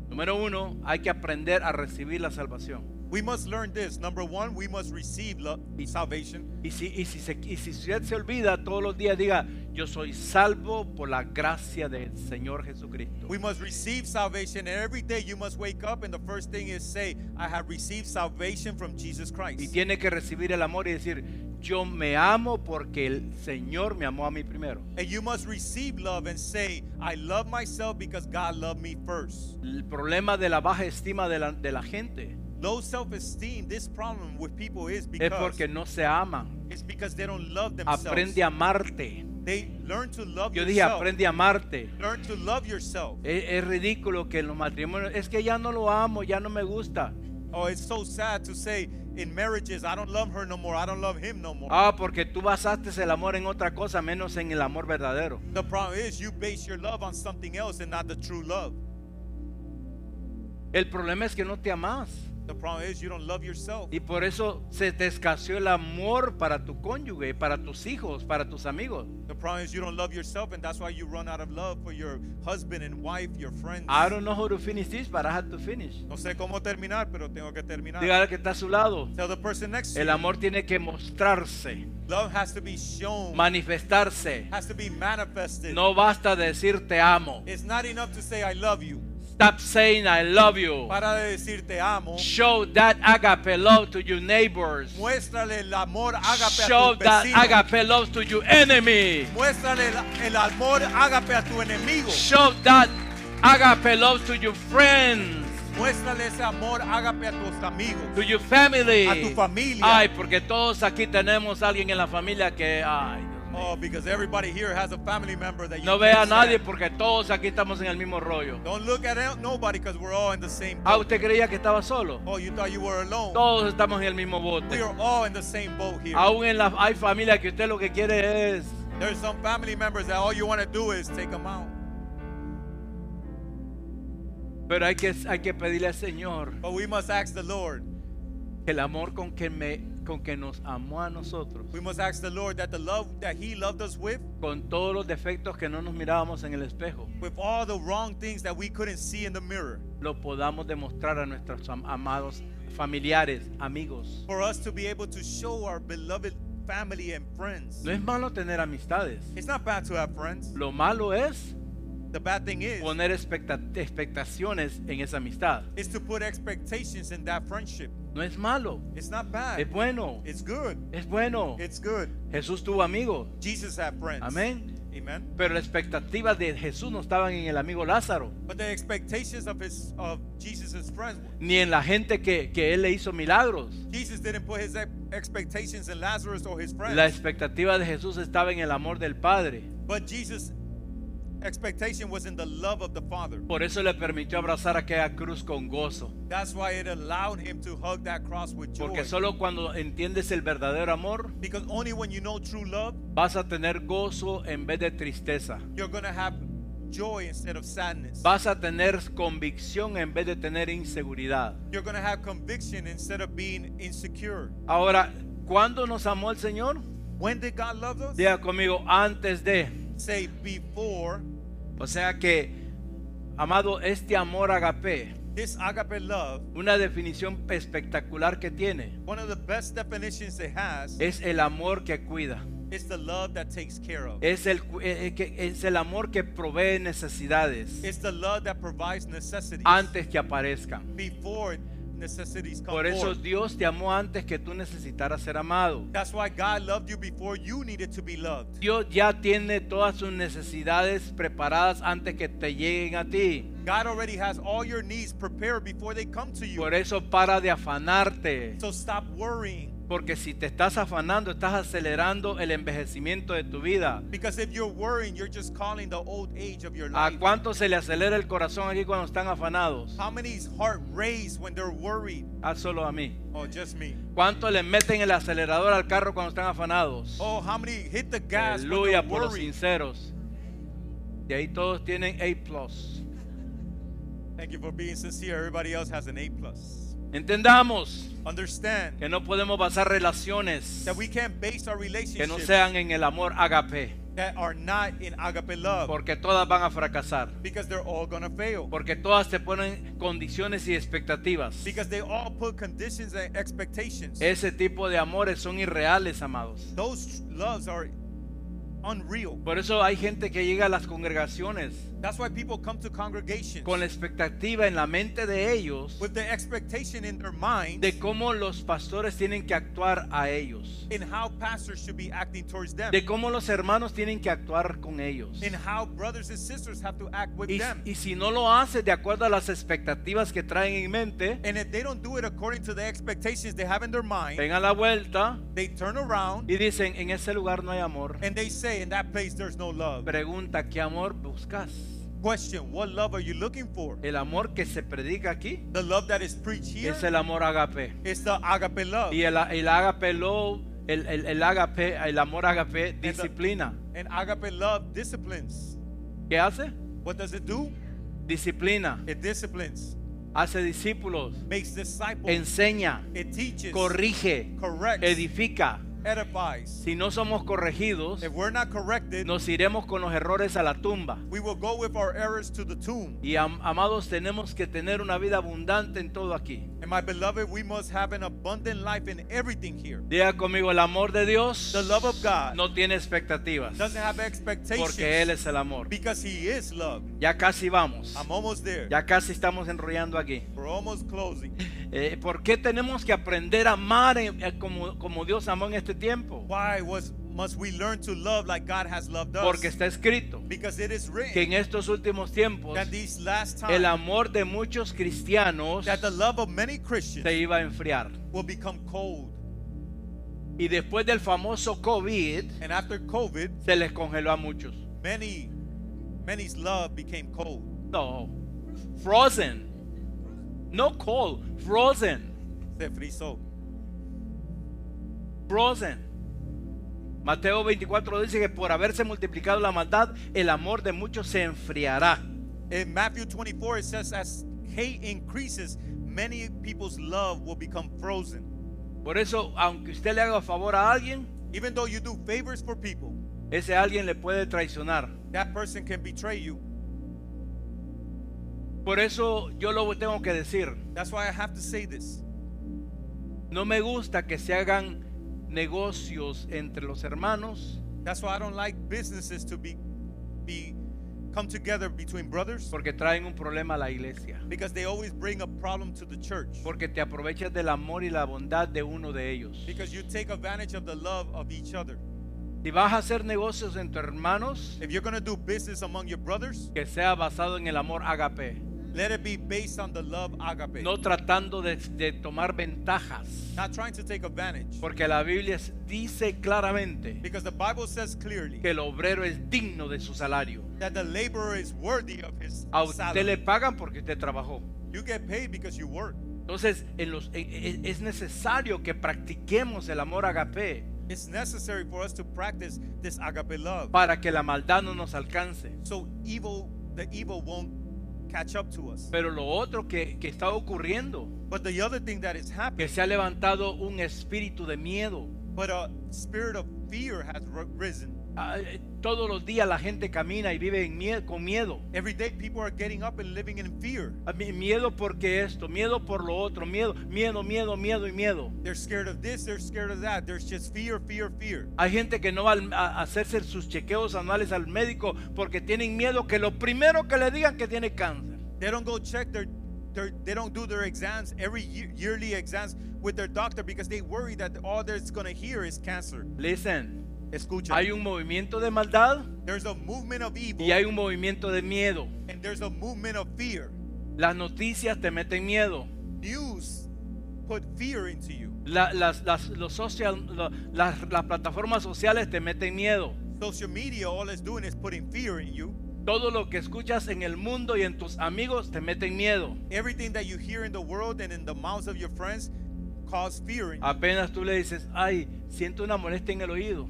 Número uno, hay que aprender a recibir la salvación.
We must learn this. Number one, we must receive lo- salvation.
Y si, y si, se, y si usted se olvida todos los días, diga, yo soy salvo por la gracia del Señor Jesucristo.
We must receive salvation. And every day you must wake up, and the first thing is say, I have received salvation from Jesus
Y
Christ.
tiene que recibir el amor y decir, yo me amo porque el Señor me amó a mí primero.
And you must receive love and say, I love myself because God loved me first.
El problema de la baja estima de la, de la gente
Low self esteem, this problem with people is
es
because
porque no se aman.
it's because they don't love themselves.
Aprende a amarte.
They learn to love
Yo dije,
yourself.
aprende a amarte. E,
Learn to love yourself.
Es, es ridículo que en los matrimonios, es que ya no lo amo, ya no me gusta.
Oh, it's so sad to say in marriages, I don't love her no more. I don't love him no more.
Ah, porque tú basaste el amor en otra cosa menos en el amor verdadero.
The problem is you base your love on something else and not the true love.
El problema es que no te amas.
The problem is you don't love yourself.
Y por eso se te escaseó el amor para tu cónyuge, para tus hijos, para tus amigos.
The problem is you don't love yourself, and that's why you run out of love for your husband and wife, your friends.
I don't know how to finish this, but I have to finish.
No sé cómo terminar, pero tengo que terminar.
Dígale al que está a su lado.
Tell the person next to
El
you.
amor tiene que mostrarse,
Love has to be shown,
manifestarse.
has to be manifested.
No basta decir te amo.
It's not enough to say I love you.
Stop saying I love you.
Para de decir te amo.
Show that agape love to your neighbors.
Muéstrale el amor ágape a
Show
tu
that
vecino.
agape love to your enemy.
Muéstrale el, el amor ágape a tu enemigo.
Show that agape love to your friends,
Muéstrale ese amor ágape a tus amigos.
to your family.
A tu familia.
Ay, porque todos aquí tenemos a alguien en la familia que ay. Dios mío.
Oh, because everybody here has a family member that you
No vea a
can't
nadie
stand.
porque todos aquí estamos en el mismo rollo.
Don't look at el- nobody because we're all in the same
Ah,
boat.
usted creía que estaba solo.
Oh, you thought you were alone.
Todos estamos en el mismo
We
bote.
are all in the same boat here.
Aún en la hay familia que usted lo que quiere es
There's some family members that all you want to do is take them out.
pero hay que, hay que pedirle al Señor
But we must ask the Lord.
que el amor con que, me, con que nos amó a nosotros,
We must ask the Lord that the love that He loved us with,
con todos los defectos que no nos mirábamos en el espejo,
with all the wrong things that we couldn't see in the mirror,
lo podamos demostrar a nuestros am- amados familiares, amigos.
for us to be able to show our beloved family and friends.
No es malo tener amistades.
It's not bad to have friends.
Lo malo es
The bad thing is,
poner expecta- expectaciones en esa amistad.
is to put expectations in that friendship.
No es malo.
It's not
Es
bad.
bueno.
It's good.
Es bueno.
It's good.
Jesús tuvo amigos.
Jesus had friends.
Amén.
Amen.
Pero las expectativas de Jesús no estaban en el amigo Lázaro,
But the expectations of his of Jesus' friends,
ni en la gente que, que él le hizo milagros.
Jesus didn't put his ex- expectations in Lazarus or his friends.
La expectativa de Jesús estaba en el amor del Padre.
But Jesus' expectation was in the love of the Father.
Por eso le permitió abrazar aquella cruz con gozo.
That's why it allowed him to hug that cross with joy.
Porque solo cuando entiendes el verdadero amor,
because only when you know true love,
vas a tener gozo en vez de tristeza.
you're going to have joy instead of sadness.
Vas a tener convicción en vez de tener inseguridad.
you're going to have conviction instead of being insecure.
Ahora, ¿cuándo nos amó el Señor?
When did God love us?
Diga conmigo, antes de.
Say before
O sea que, amado, este amor agape,
this agape love,
una definición espectacular que tiene,
one of the best definitions it has
es el amor que cuida.
is the love that takes care of.
Es el, cu- eh, eh, que- es el amor que provee necesidades
It's the love that provides necessities
antes que aparezcan.
before necessities come
Por eso
forth.
Dios te amó antes que tú necesitaras ser amado.
That's why God loved you before you needed to be loved.
Dios ya tiene todas sus necesidades preparadas antes que te lleguen a ti.
God already has all your needs prepared before they come to you.
Por e- eso para de afanarte.
So stop worrying.
Porque si te estás afanando, estás acelerando el envejecimiento de tu vida.
Because if you're worrying, you're just calling the old age of your
¿A
life.
cuánto se le acelera el corazón aquí cuando están afanados?
How many's heart raised when they're worried?
Haz solo a mí.
Oh, just me.
¿Cuánto le meten el acelerador al carro cuando están afanados?
Oh, how many hit the gas when they're
Aleluya por los
worried?
sinceros. De ahí todos tienen A plus.
Thank you for being sincere. Everybody else has an A plus.
Entendamos
Understand
que no podemos basar relaciones
that we can't base our
que no
relationships
sean en el amor agape,
that are not in agape love
porque todas van a fracasar,
because they're all gonna fail.
porque todas te ponen condiciones y expectativas.
Because they all put conditions and expectations.
Ese tipo de amores son irreales, amados.
Those loves are unreal.
Por eso hay gente que llega a las congregaciones
That's why people come to congregations
con la expectativa en la mente de ellos
with the expectation in their mind
de cómo los pastores tienen que actuar a ellos,
in how pastors should be acting towards them,
de cómo los hermanos tienen que actuar con ellos.
in how brothers and sisters have to act with
Y,
them.
y si no lo hace de acuerdo a las expectativas que traen en mente,
And if they don't do it according to the expectations they have in their mind,
vengan a la vuelta
they turn around
y dicen, en ese lugar no hay amor.
and they say, In that place, there's no love.
Pregunta, ¿qué amor buscas?
Question What love are you looking for?
El amor que se predica aquí
The love that is preached here
es el amor agape.
is the agape love.
Y el, el agape lo- el, el, el agape, el amor agape disciplina.
And agape love disciplines.
¿Qué hace?
What does it do?
Disciplina,
It disciplines,
hace discípulos,
makes disciples,
enseña,
it teaches,
corrige,
corrects,
edifica.
edifies.
Si no somos corregidos,
If we're not corrected,
nos iremos con los errores a la tumba.
we will go with our errors to the tomb.
Y am- amados, tenemos que tener una vida abundante en todo aquí.
And my beloved, we must have an abundant life in everything here.
Diga conmigo, el amor de Dios
The love of God
no tiene expectativas
doesn't have
porque
expectations
Él es el amor.
because He is love.
Ya casi vamos,
I'm almost there.
ya casi estamos enrollando aquí.
We're almost closing.
Eh, ¿Por qué tenemos que aprender a amar en- eh, como, como Dios amó en este tiempo?
Why was must we learn to love like God has loved us?
Porque está escrito
Because it is
que en
written
estos últimos tiempos
that these last
el
times
amor de muchos cristianos
that the love of many
se
Christians
iba a enfriar.
will become cold.
Y después del famoso COVID,
And after COVID,
se les congeló a muchos.
many many's love became cold.
No, frozen. No cold, frozen,
Se frizó.
frozen. Mateo 24 dice que por haberse multiplicado la maldad, el amor de muchos se enfriará.
In Matthew 24, it says, as hate increases, many people's love will become frozen.
Por eso, aunque usted le haga favor a alguien,
Even though you do favors for people,
ese alguien le puede traicionar.
that person can betray you.
Por eso yo lo tengo que decir.
That's why I have to say this.
No me gusta que se hagan negocios entre los hermanos
That's why I don't like businesses to be be come together between brothers
porque traen un problema a la iglesia.
because they always bring a problem to the church.
Porque te aprovechas del amor y la bondad de uno de ellos.
Because you take advantage of the love of each other.
Si vas a hacer negocios entre hermanos,
If you're going to do business among your brothers,
que sea basado en el amor agape,
let it be based on the love agape.
no tratando de, de tomar ventajas,
Not trying to take advantage.
porque la Biblia es- dice claramente
Because the Bible says clearly
que el obrero es digno de su salario.
that the laborer is worthy of his
A usted le
salary.
pagan porque usted trabajó.
You get paid because you work.
Entonces, en los, e- e- es necesario que practiquemos el amor agape
It's necessary for us to practice this agape love.
para que la maldad no nos alcance.
so evil, the evil won't catch up to us.
Pero lo otro que, que está ocurriendo,
But the other thing that is
que
happening,
se ha levantado un espíritu de miedo.
but a spirit of fear has r- risen.
Ah, eh, Todos los días la gente camina y vive en mie- con miedo.
Every day people are getting up and living in fear.
A mí, Miedo porque esto, miedo por lo otro, miedo, miedo, miedo, miedo y miedo.
They're scared of this, they're scared of that. There's just fear, fear, fear.
Hay gente que no va al- a a hacerse sus chequeos anuales al médico porque tienen miedo que lo primero que le digan que tiene cáncer.
They don't go check their they're, they don't do their exams every year, yearly exams with their doctor because they worry that all they're going to hear is cancer.
Listen,
Escucha.
hay un movimiento de maldad
There's a movement of evil
y hay un movimiento de miedo.
and there's a movement of fear.
Las noticias te meten miedo.
News put fear into you.
La- las, las- los social, la- las, las plataformas sociales te meten miedo.
Social media, all it's doing is putting fear in you.
Todo lo que escuchas en el mundo y en tus amigos te meten miedo.
Everything that you hear in the world and in the mouths of your friends cause fear in you.
Apenas tú le dices, ay, siento una molestia en el oído.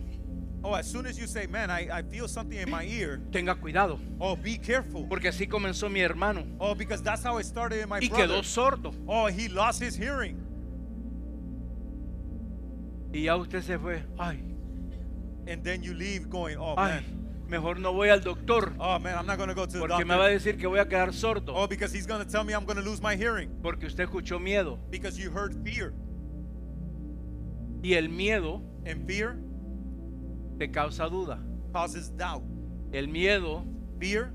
Oh, as soon as you say, man, I, I feel something in my ear.
Tenga cuidado,
Oh, be careful.
porque así comenzó mi hermano
Oh, because that's how it started in my
y
brother.
quedó sordo.
Oh, he lost his hearing.
Y ya usted se fue, ay,
And then you leave going, oh,
ay,
man.
mejor no voy al doctor,
Oh, man, I'm not going to go to the
porque me va a
doctor.
decir que voy a quedar sordo,
Oh, because he's going to tell me I'm going to lose my hearing.
porque usted escuchó miedo.
Because you heard fear.
Y el miedo
And fear
te causa duda.
causes doubt.
El miedo
Fear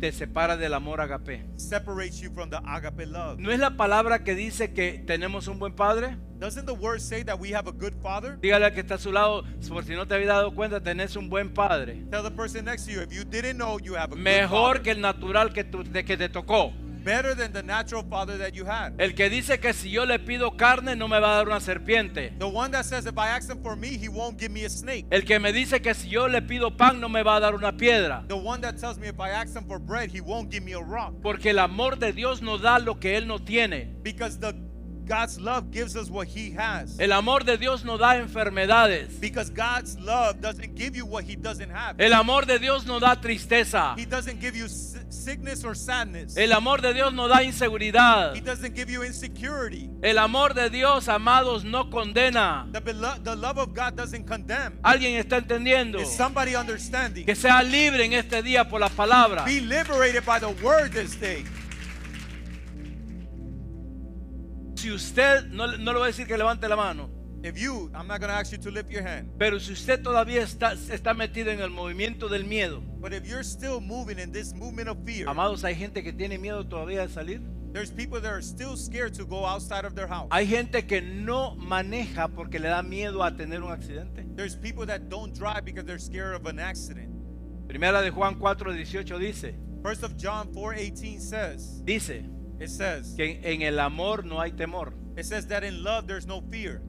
te separa del amor agape.
separates you from the agape love.
¿No es la palabra que dice que tenemos un buen padre?
Doesn't the word say that we have a good father?
Dígale al que está a su lado, por si no te habías dado cuenta, tenés un buen padre.
Tell the person next to you if you didn't know you have a good
Mejor
father.
que el natural que, tú- de que te tocó.
better than the natural father that you had.
El que dice que si yo le pido carne no me va a dar una serpiente.
The one that says if I ask him for me, he won't give me a snake.
El que me dice que si yo le pido pan no me va a dar una piedra.
The one that tells me if I ask him for bread, he won't give me a rock.
Porque el amor de Dios no da lo que Él no tiene.
Because the God's love gives us what he has.
El amor de Dios no da enfermedades.
Because God's love doesn't give you what he doesn't have.
El amor de Dios no da tristeza.
He doesn't give you s- sickness or sadness.
El amor de Dios no da inseguridad.
He doesn't give you insecurity.
El amor de Dios, amados, no condena.
The, belo- the love of God doesn't condemn.
¿Alguien está entendiendo?
Is somebody understanding?
Que sea libre en este día por las palabras.
Be liberated by the word this day.
Si usted, no, no le voy a decir que levante la mano,
If you, I'm not going to ask you to lift your hand,
pero si usted todavía está, está metido en el movimiento del miedo,
but if you're still moving in this movement of fear,
amados, hay gente que tiene miedo todavía de salir.
there's people that are still scared to go outside of their house.
Hay gente que no maneja porque le da miedo a tener un accidente.
There's people that don't drive because they're scared of an accident.
Primera de Juan 4, 18 dice,
First of John 4:18 says,
dice
it says,
que en el amor no hay temor.
it says that in love there's no fear.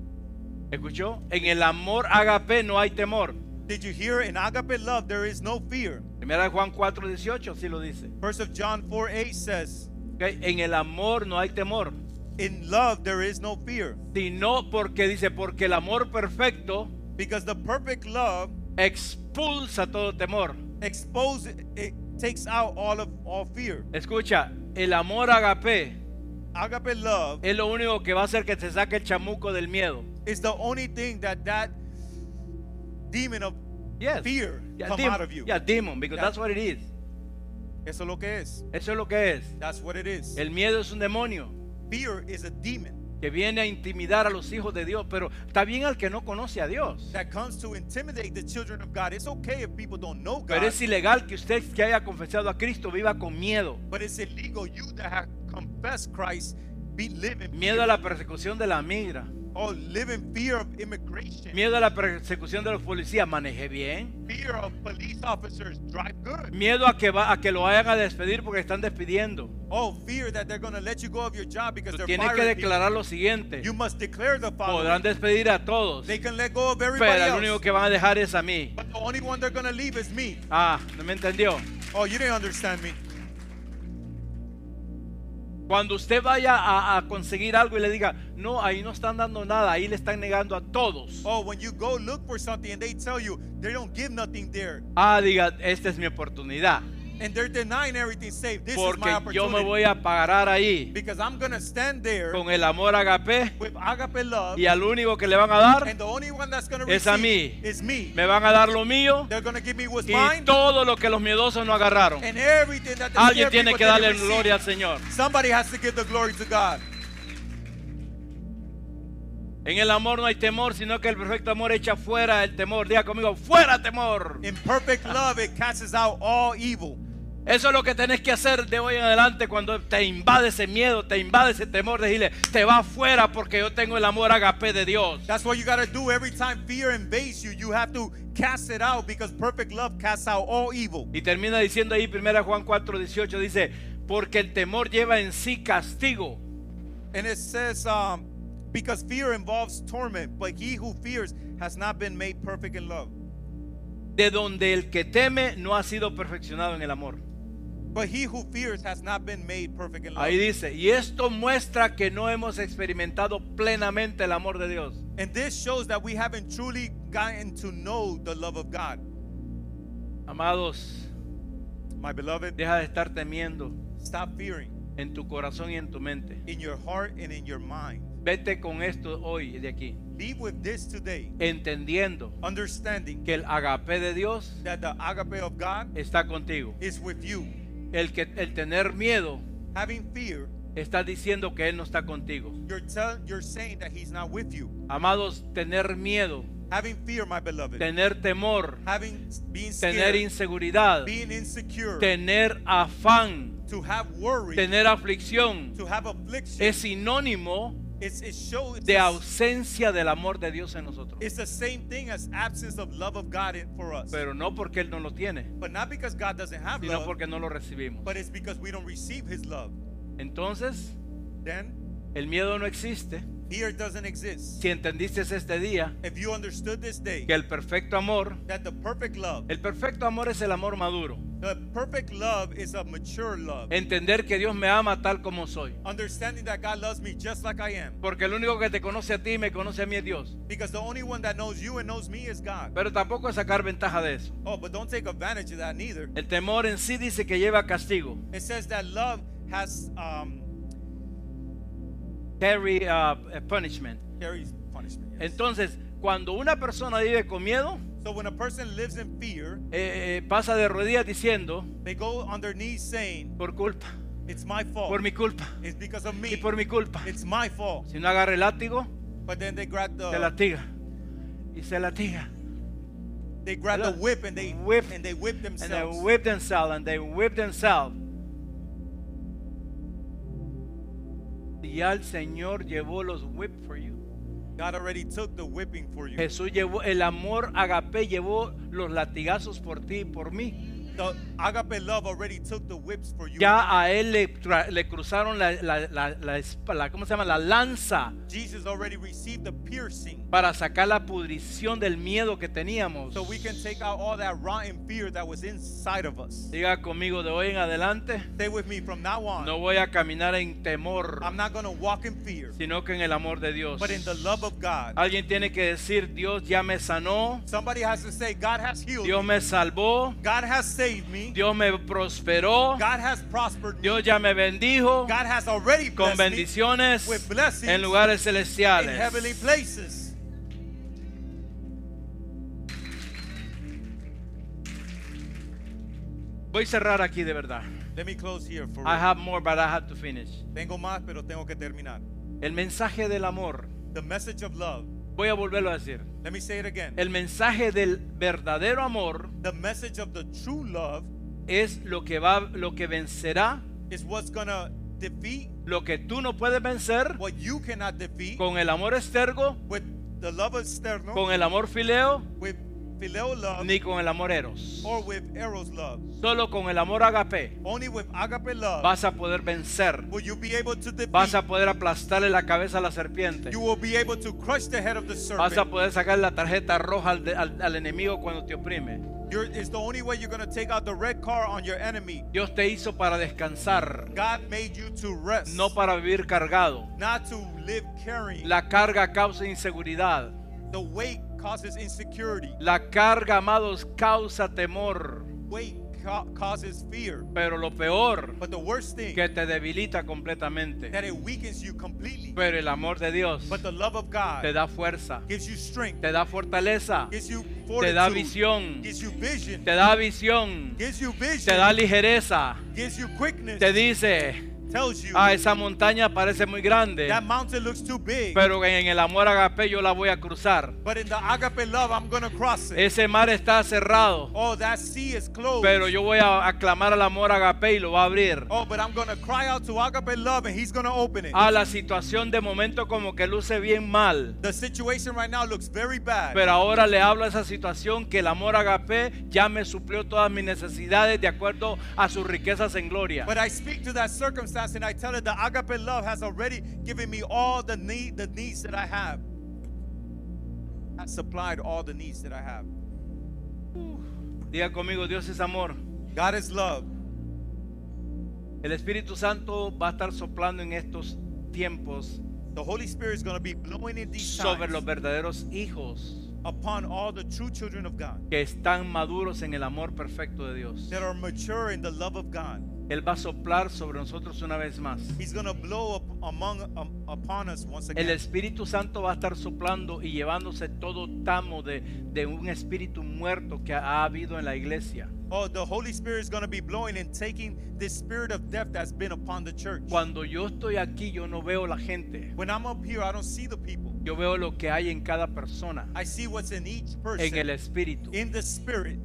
¿Escuchó? En el amor agape no hay temor.
Did you hear? In agape love there is no fear.
Primera de Juan 4, 18 sí lo dice.
First of John 4:8 says,
¿ok? En el amor no hay temor,
in love there is no fear,
sino porque dice, porque el amor perfecto
because the perfect love
expulsa todo temor.
exposes it takes out all of all fear.
Escucha, el amor agape
Agape love
es lo único que va a hacer que se saque el chamuco del miedo.
is the only thing that that demon of
Yes.
fear
Yeah,
come
dem-
out of you.
yeah, demon, because
Yeah.
that's what it is.
Eso es lo que es.
Eso es lo que es.
That's what it is.
El miedo es un demonio
fear is a demon
que viene a intimidar a los hijos de Dios, pero está bien al que no conoce a Dios.
that comes to intimidate the children of God. It's okay if people don't know God,
Pero es ilegal que usted que haya confesado a Cristo viva con miedo.
but it's illegal. You that have confessed Christ, be living
Miedo a la persecución de la migra.
or live in fear of immigration,
Miedo a la persecución de los policías. Maneje bien.
fear of police officers. Drive good.
Miedo a que, va, a que lo vayan a despedir porque están despidiendo.
Oh, fear that they're gonna let you go of your job because
Tú
they're
Tienes que
firing people.
declarar lo siguiente.
You must declare the following.
Podrán despedir a todos.
They can let go of everybody
Pero el único
else.
que van a dejar es a mí.
But the only one they're gonna leave is me.
Ah, no me entendió.
Oh, you didn't understand me.
Cuando usted vaya a, a conseguir algo y le diga, no, ahí no están dando nada, ahí le están negando a todos.
Oh, when you go look for something and they tell you they don't give nothing there
Ah, diga, esta es mi oportunidad.
and they're denying everything safe, this is my
Porque yo
opportunity.
me voy a parar ahí
because I'm gonna stand there
con el amor agape
with agape love
y al único que le van a dar,
and the only one that's gonna
Es
receive
a mí.
is me.
me van a dar lo mío
They're gonna give me what's
y
mine
todo lo que los miedosos no agarraron.
and everything that the
Alguien
scared
tiene
people
que
didn't
darle
receive.
gloria al Señor.
Somebody has to give the glory to God.
En el amor no hay temor, sino que el perfecto amor echa fuera el temor. Diga conmigo, fuera temor.
In perfect love, it casts out all evil.
Eso es lo que tenés que hacer de hoy en adelante cuando te invade ese miedo, te invade ese temor. Decirle, te va afuera porque yo tengo el amor agape de Dios.
That's what you got to do every time fear invades you. You have to cast it out because perfect love casts out all evil.
Y termina diciendo ahí 1 Juan 4, 18, dice, porque el temor lleva en sí castigo.
And it says, um, because fear involves torment, but he who fears has not been made perfect in love.
de donde el que teme no ha sido perfeccionado en el amor.
But he who fears has not been made perfect in
Ahí
love.
dice, y esto muestra que no hemos experimentado plenamente el amor de Dios.
And this shows that we haven't truly gotten to know the love of God.
Amados,
My beloved,
deja de estar temiendo
stop fearing
en tu corazón y en tu mente.
in your heart and in your mind.
Vete con esto hoy de aquí,
Leave with this today,
entendiendo
understanding
que el agape de Dios
that the agape of God
está contigo.
is with you.
El que el tener miedo
Having fear,
está diciendo que él no está contigo.
you're telling you're saying that he's not with you.
Amados, tener miedo,
Having fear, my beloved.
tener temor,
Having being
tener
scared,
inseguridad,
being insecure,
tener afán,
to have worry,
tener aflicción
to have affliction,
es sinónimo
it's it shows
de ausencia del amor de Dios en nosotros.
It's the same thing as absence of love of God in, for us.
Pero no porque Él no lo tiene,
but not because God doesn't have
sino
love,
porque no lo recibimos.
but it's because we don't receive his love.
Entonces,
Then
el miedo no existe.
fear doesn't exist.
Si entendiste este día
If you understood this day
que el perfecto amor,
that the perfect love,
el perfecto amor es el amor maduro.
the perfect love is a mature love.
Entender que Dios me ama tal como soy.
understanding that God loves me just like I am.
Porque el único que te conoce a ti y me conoce a mí es Dios.
Because the only one that knows you and knows me is God.
Pero tampoco es sacar ventaja de eso.
oh, but don't take advantage of that neither.
El temor en sí dice que lleva castigo.
It says that love has um,
Carry uh, punishment.
carries punishment. yes.
Entonces, cuando una persona vive con miedo,
so when a person lives in fear,
eh, eh, pasa de rodillas diciendo,
they go on their knees saying,
por culpa,
It's my fault.
por mi culpa,
It's because of me.
y por mi culpa.
It's my fault.
Si no agarra el látigo,
But then they grab the
se latiga. Y se latiga.
they grab the whip and they
Whip.
and they whip
And they
themselves.
whip themselves, and they whip themselves. Y ya el Señor llevó los whip for you.
God already took the whipping for you.
Jesús llevó, el amor agape llevó los latigazos por ti y por mí.
The agape love already took the whips for you.
Ya a él le, tra- le cruzaron la, la, la, la espa- la- ¿cómo se llama? La lanza.
Jesus already received the piercing.
para sacar la pudrición del miedo que teníamos.
So we can take out all that rotten fear that was inside of us.
Diga conmigo de hoy en adelante,
Stay with me from now on.
no voy a caminar en temor,
I'm not gonna walk in fear,
sino que en el amor de Dios.
but in the love of God.
Alguien tiene que decir, Dios ya me sanó,
Somebody has to say, God has healed
Dios
me.
me salvó,
God has saved me.
Dios me prosperó,
God has prospered me.
Dios ya me bendijo
God has already
con
blessed me.
bendiciones
with blessings
en lugares
in heavenly
celestiales.
places.
Voy a cerrar aquí de verdad.
Let me close here for
I
real.
have more, but I have to finish.
Tengo más, pero tengo que terminar.
El mensaje del amor,
The message of love.
voy a volverlo a decir.
Let me say it again.
El mensaje del verdadero amor
the message of the true love
es lo que va lo que vencerá
is what's gonna defeat
lo que tú no puedes vencer
what you cannot defeat
con el amor estergo
with the love external,
con el amor fileo
with phileo love,
ni con el amor eros
or with eros love.
solo con el amor agape
Only with agape love
vas a poder vencer
will you be able to defeat.
vas a poder aplastarle la cabeza a la serpiente
you will be able to crush the head of the serpent.
vas a poder sacar la tarjeta roja al, de- al- al enemigo cuando te oprime
You're- it's the only way you're gonna take out the red car on your enemy.
Dios te hizo para descansar
God made you to rest,
no para vivir cargado
not to live carrying.
la carga causa inseguridad
The weight causes insecurity.
la carga amados causa temor
Weight ca- causes fear.
pero lo peor
But the worst thing
que te debilita completamente.
that it weakens you completely.
Pero el amor de Dios
But the love of
te
God
da fuerza,
gives you strength,
te da fortaleza,
gives you
te da
fortitude,
visión,
gives you vision,
te da visión,
gives you
te da
vision,
ligereza,
gives you quickness.
te dice,
tells you
ah, esa montaña parece muy grande,
that mountain looks too big,
pero en el amor agape yo la voy a cruzar.
but in the agape love, I'm going to cross it.
Ese mar está cerrado,
Oh, that sea is closed.
pero yo voy a aclamar al amor agape y lo va a abrir.
Oh, but I'm going to cry out to agape love and he's going to open it.
A la situación de momento como que luce bien mal.
The situation right now looks very bad.
Pero ahora le hablo a esa situación que el amor agape ya me suplió todas mis necesidades de acuerdo a sus riquezas en gloria.
But I speak to that circumstance and I tell it the agape love has already given me all the need the needs that I have. Has supplied all the needs that I have.
Diga conmigo, Dios es amor.
God is love.
El Espíritu Santo va a estar soplando en estos tiempos
The Holy Spirit is going to be blowing in these
sobre
times
los verdaderos hijos
upon all the true children of God
que están maduros en el amor perfecto de Dios.
that are mature in the love of God.
Él va a soplar sobre nosotros una vez más.
He's going to blow up among um, upon us once
El
again.
Espíritu Santo va a estar soplando y llevándose todo tamo de, de un espíritu muerto que ha habido en la iglesia.
Oh, the Holy Spirit is going to be blowing and taking this spirit of death that's been upon the church.
Cuando yo estoy aquí, yo no veo la gente.
When I'm up here, I don't see the people.
Yo veo lo que hay en cada persona,
I see what's in each person
en el espíritu.
in the spirit,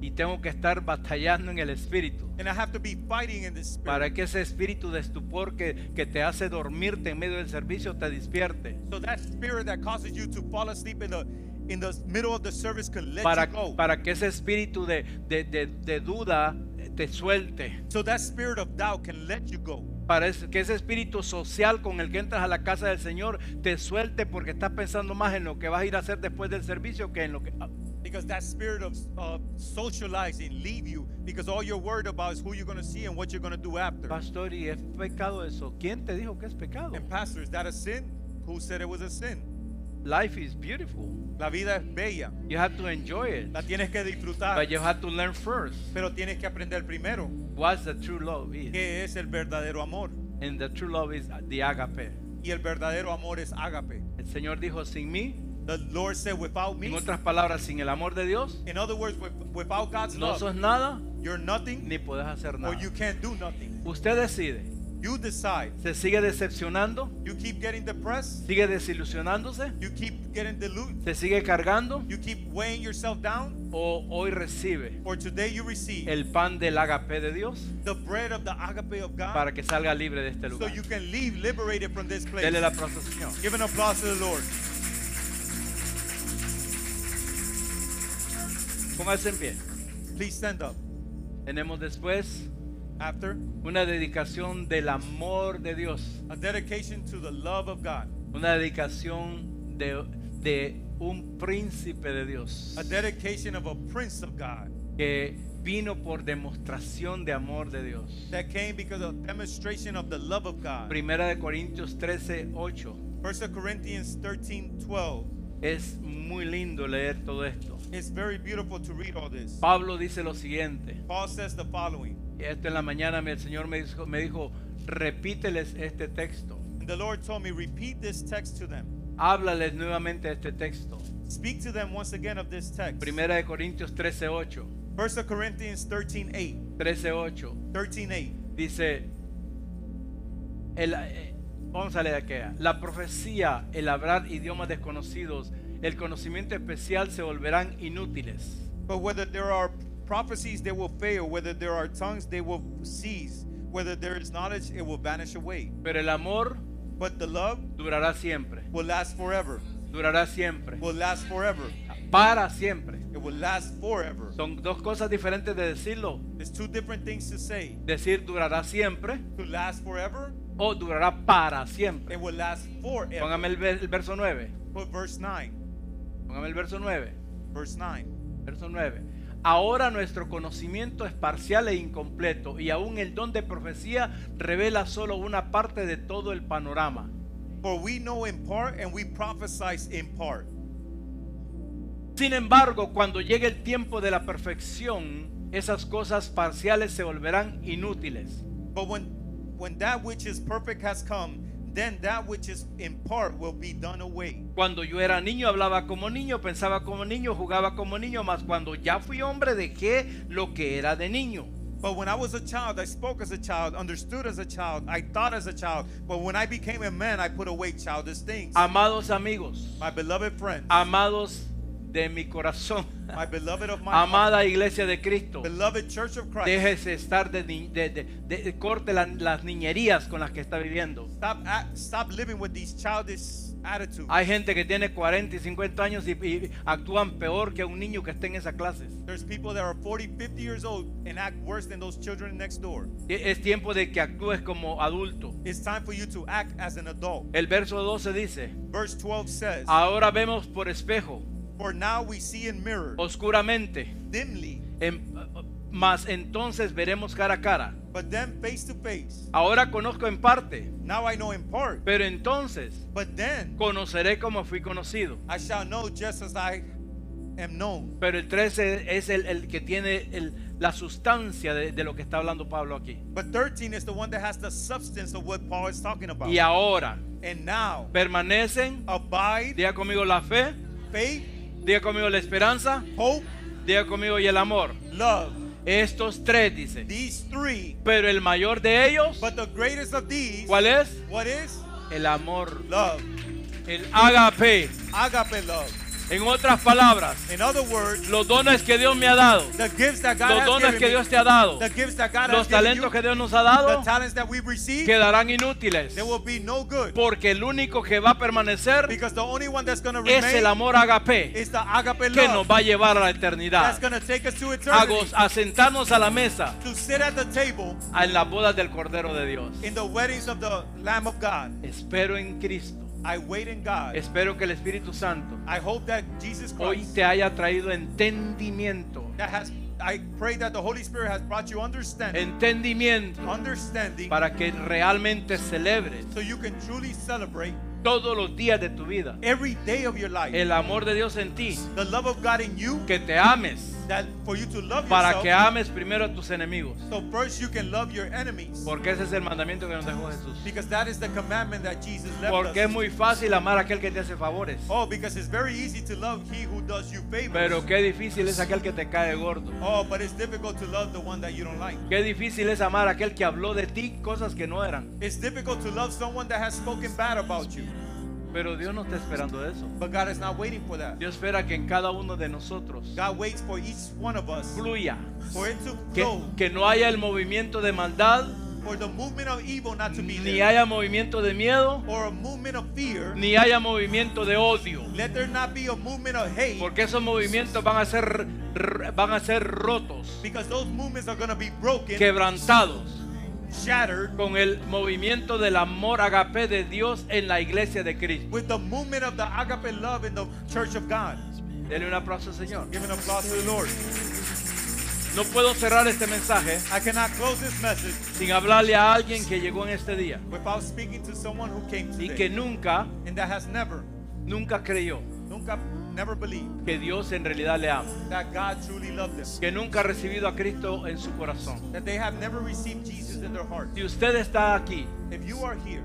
Y tengo que estar batallando en el espíritu.
and I have to be fighting in the spirit.
Para que ese espíritu de estupor que, que te hace dormirte en medio del servicio te despierte.
So that spirit that causes you to fall asleep in the in the middle of the service can let
Para,
you go.
para que ese espíritu de, de- de- de duda eh, te suelte.
so that spirit of doubt can let you go.
Para es- que ese espíritu social con el que entras a la casa del Señor te suelte porque estás pensando más en lo que vas a ir a hacer después del servicio que en lo que... ah,
Because that spirit of uh, socializing leave you because all you're worried about is who you're going to see and what you're going to do after.
"Ah, Pastor, ¿y es pecado eso? ¿Quién te dijo que es pecado?
And pastor, is that a sin? Who said it was a sin?
Life is beautiful.
La vida es bella.
You have to enjoy it.
La tienes que disfrutar.
But you have to learn first
Pero tienes que aprender primero
what the true love is.
qué es el verdadero amor.
And the true love is the agape.
Y el verdadero amor es ágape.
El Señor dijo, sin mí,
The Lord said, without
en
me,
otras palabras, sin el amor de Dios,
in other words, with, without God's
no
love,
sos nada
you're nothing
ni podés hacer
or
nada.
you can't do nothing.
Usted decide,
You decide.
se sigue decepcionando,
You keep getting depressed.
sigue desilusionándose,
You keep getting deluded.
se sigue cargando
You keep weighing yourself down.
o hoy recibe
For today you receive
el pan del agape de Dios
the bread of the agape of God
para que salga libre de este
so
lugar.
you can leave liberated from this place.
Dele la plaza, Señor.
Give an applause to the Lord.
Póngase en pie.
Please stand up.
Tenemos después
After
una dedicación del amor de Dios.
a dedication to the love of God,
Una dedicación de, de un príncipe de Dios
a dedication of a prince of God
que vino por demostración de amor de Dios.
that came because of demonstration of the love of God.
Primera de Corintios 13, 8.
1 Corinthians 13 12.
Es muy lindo leer todo esto.
It's very beautiful to read all this.
Pablo dice lo siguiente.
Paul says the following.
y Esto en la mañana me- el Señor me dijo, me dijo, repíteles este texto.
And the Lord told me, repeat this text to them.
Háblales nuevamente de este texto.
Speak to them once again of this text.
Primera de Corintios 13, 8.
1 Corinthians 13 8.
13, 8.
13 8.
Dice, el- eh, vamos a leer aquella. La profecía, el hablar idiomas desconocidos, el conocimiento especial se volverán inútiles.
But whether there are prophecies, they will fail. Whether there are tongues, they will cease. Whether there is knowledge, it will vanish away.
Pero el amor
But the love
durará siempre,
will last forever.
durará siempre,
Will last forever.
para siempre.
It will last forever.
Son dos cosas diferentes de decirlo.
There's two different things to say.
Decir durará siempre
To last forever,
o durará para
it
siempre.
will last forever.
Póngame el, ver- el verso 9.
But verse 9.
Póngame el verso 9.
Verse 9.
Verso 9. Ahora nuestro conocimiento es parcial e incompleto y aún el don de profecía revela solo una parte de todo el panorama.
For we know in part and we prophesy in part.
Sin embargo, cuando llegue el tiempo de la perfección, esas cosas parciales se volverán inútiles.
But when when that which is perfect has come, then that which is in part will be done away.
Cuando yo era niño hablaba como niño, pensaba como niño, jugaba como niño, mas cuando ya fui hombre dejé lo que era de niño.
But when I was a child, I spoke as a child, understood as a child, I thought as a child. But when I became a man, I put away childish things.
Amados amigos,
My beloved friend,
amados de mi corazón,
my beloved of my heart,
amada iglesia de Cristo,
beloved church of Christ,
déjese estar de, ni- de- de- de- de- corte la- las niñerías con las que está viviendo.
stop, act- stop living with these childish attitudes.
Hay gente que tiene 40 y 50 años y, y actúan peor que un niño que esté en esas clases.
There's people that are 40, 50 years old and act worse than those children next door.
E- Es tiempo de que actúes como adulto.
It's time for you to act as an adult.
El verso 12 dice,
Verse 12 says,
ahora vemos por espejo,
For now we see in mirror,
Oh. oscuramente,
dimly,
en- mas entonces veremos cara a cara.
but then face to face.
Ahora conozco en parte,
Now I know in part,
pero entonces
but then
conoceré como fui conocido.
I shall know just as I am known.
Pero el 13 es el, el que tiene el- la sustancia de, de lo que está hablando Pablo aquí.
But 13 is the one that has the substance of what Paul is talking about.
Y ahora
And now,
permanecen,
abide
diga conmigo la fe,
faith,
diga conmigo la esperanza,
hope,
diga conmigo y el amor.
love.
Estos tres dice.
These three,
Pero el mayor de ellos,
but the greatest of these,
¿cuál es?
what is?
El amor,
Love.
el agape.
Agape love.
En otras palabras,
In other words,
los dones que Dios me ha dado,
the gifts that God
los dones
has
que
given
Dios
me,
te ha dado,
the gifts that God
los
has given you,
talentos que Dios nos ha
the
dado,
talents that we've received,
quedarán inútiles.
there will be no good.
Porque el único que va a permanecer
Because the only one that's going to
es el
remain
amor agape
is the agape
que nos
love
va a llevar a la eternidad.
that's going to take us to
A,
eternity.
goz- a sentarnos a la mesa
To sit at the table
en las bodas del Cordero de Dios.
in the weddings of the Lamb of God.
Espero en Cristo.
I wait in God.
Espero que el Espíritu Santo
I hope that Jesus
hoy
Christ
te haya traído entendimiento.
that has I pray that the Holy Spirit has brought you understanding,
Entendimiento
understanding
para que realmente celebres
so you can truly celebrate
todos los días de tu vida
every day of your life.
el amor de Dios en ti.
The love of God in you
Que te ames
that for you to love
para que
yourself.
ames primero a tus enemigos.
So first you can love your enemies
Porque ese es el mandamiento que nos dejó Jesús.
because that is the commandment that Jesus left
Porque es
us.
muy fácil amar a aquel que te hace favores.
Oh, because it's very easy to love he who does you favors.
Pero qué difícil es aquel que te cae gordo.
Oh, but it's difficult to love the one that you don't like.
Qué difícil es amar a aquel que habló de ti cosas que no eran.
It's difficult to love someone that has spoken bad about you.
Pero Dios no está esperando eso.
But God is not waiting for that.
Dios espera que en cada uno de nosotros
God waits for each one of us
fluya.
for it to
Que,
flow,
que no haya el movimiento de maldad,
for the movement of evil not to be
ni
there,
haya movimiento de miedo,
or a movement of fear.
ni haya movimiento de odio.
Let there not be a movement of hate,
Porque esos movimientos van a ser, r- van a ser rotos,
because those movements are going to be broken,
quebrantados.
shattered
con el movimiento del amor agape de Dios en la iglesia de Cristo.
with the movement of the agape love in the church of God.
Dele un aplauso, Señor.
Give an applause to the Lord.
No puedo cerrar este mensaje
I cannot close this message
sin hablarle a alguien que llegó en este día
without speaking to someone who came
y que
today
nunca,
and that has never,
nunca creyó
nunca, never believed
que Dios en realidad le ama,
that God truly loved them.
que nunca ha recibido a Cristo en su corazón.
that they have never received Jesus in their heart.
Si usted está aquí,
If you are here,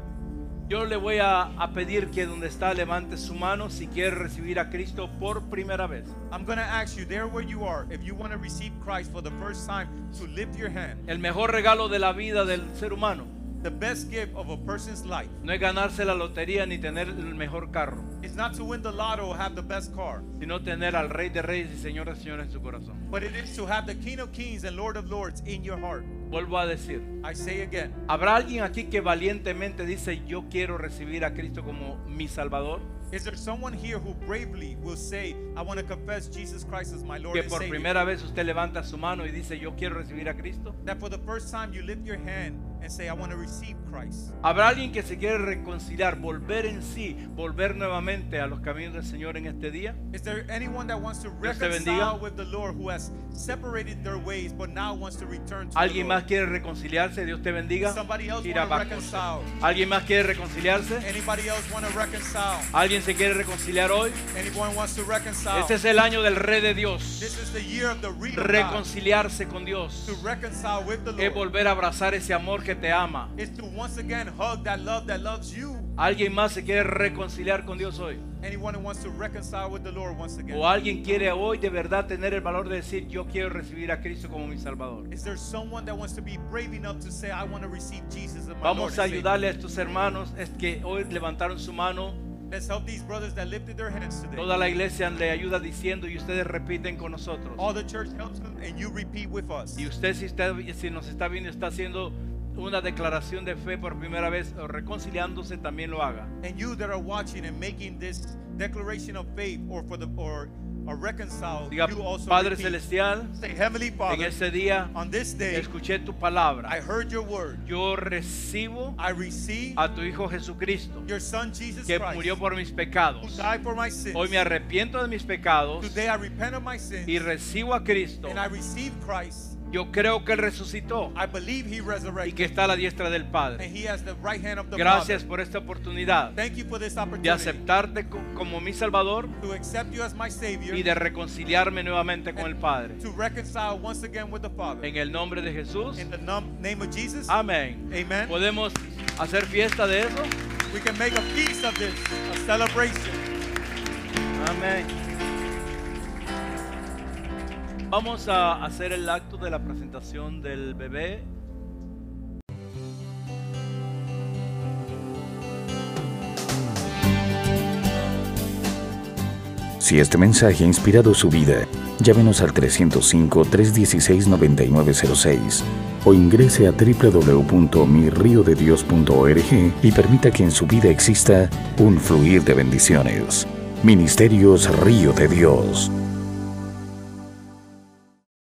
yo le voy a, a pedir que donde está levante su mano si quiere recibir a Cristo por primera vez.
I'm going to ask you there where you are, if you want to receive Christ for the first time, to lift your hand.
El mejor regalo de la vida del ser humano
The best gift of a person's life
no es ganarse la lotería ni tener el mejor carro.
is not to win the lotto or have the best car,
sino tener al Rey de Reyes y Señor de Señores en su corazón.
but it is to have the King of Kings and Lord of Lords in your heart.
Vuelvo a decir,
I say again,
¿habrá alguien aquí que valientemente dice yo quiero recibir a Cristo como mi Salvador?
is there someone here who bravely will say, I want to confess Jesus Christ as my Lord
Que
and
por
Savior?
primera vez usted levanta su mano y dice yo quiero recibir a Cristo.
That for the first time you lift your hand and say, I want to receive Christ.
¿Habrá alguien que se quiere reconciliar, volver en sí, volver nuevamente a los caminos del Señor en este día?
Is there anyone that wants to
Dios te
reconcile
bendiga.
with the Lord who has separated their ways but now wants to return to the
¿Alguien más
Lord?
quiere reconciliarse? Dios te bendiga.
Somebody else
Gira
wanna
abajo.
reconcile.
¿Alguien más quiere reconciliarse?
Anybody else want to reconcile?
¿Alguien se quiere reconciliar hoy?
Anyone wants to reconcile?
Este es el año del Rey de Dios.
this is the year of the real God.
reconciliarse con Dios
To reconcile with the Lord
es volver a abrazar ese amor que te ama
is to once again hug that love that loves you.
¿Alguien más se quiere reconciliar con Dios hoy?
Anyone who wants to reconcile with the Lord once again?
¿O alguien quiere hoy de verdad tener el valor de decir, yo quiero recibir a Cristo como mi Salvador?
Is there someone that wants to be brave enough to say, I want to receive Jesus as my Lord
Vamos a
and Savior"?
ayudarle a estos hermanos, es que hoy levantaron su mano,
Let's help these brothers that lifted their hands today.
toda la iglesia le ayuda diciendo y ustedes repiten con nosotros.
All the church helps them, and you repeat with us.
Y usted si, está- si nos está viendo, está haciendo una declaración de fe por primera vez o reconciliándose, también lo haga.
And you that are watching and making this declaration of faith, or for the or are reconciled,
Diga,
you also
Padre
repeat.
Celestial,
Say, Heavenly
en
Father,
este día
on this day,
escuché tu
I
palabra.
heard your word.
Yo recibo
I receive
a tu Hijo Jesucristo,
your Son Jesus
que
Christ,
murió por mis
who
pecados.
died for my sins.
Hoy me arrepiento de mis pecados
Today I repent of my sins,
y recibo a Cristo.
and I receive Christ.
Yo creo que Él resucitó
I believe He
y que
resurrected,
está a la diestra del
and
Padre.
He has the right hand of the
Gracias
Father.
por esta oportunidad
Thank you for this
de
opportunity
aceptarte co- como mi Salvador
to accept you as my Savior,
y de reconciliarme nuevamente con el Padre.
to reconcile once again with the Father.
En el nombre de Jesús.
In the num- name of Jesus,
Amén.
Amen.
¿Podemos hacer fiesta de eso?
we can make a feast of this, a celebration.
Amén. Vamos a hacer el acto de la presentación del bebé.
Si este mensaje ha inspirado su vida, llámenos al 305-316-9906 o ingrese a www.mirriodedios.org y permita que en su vida exista un fluir de bendiciones. Ministerios Río de Dios.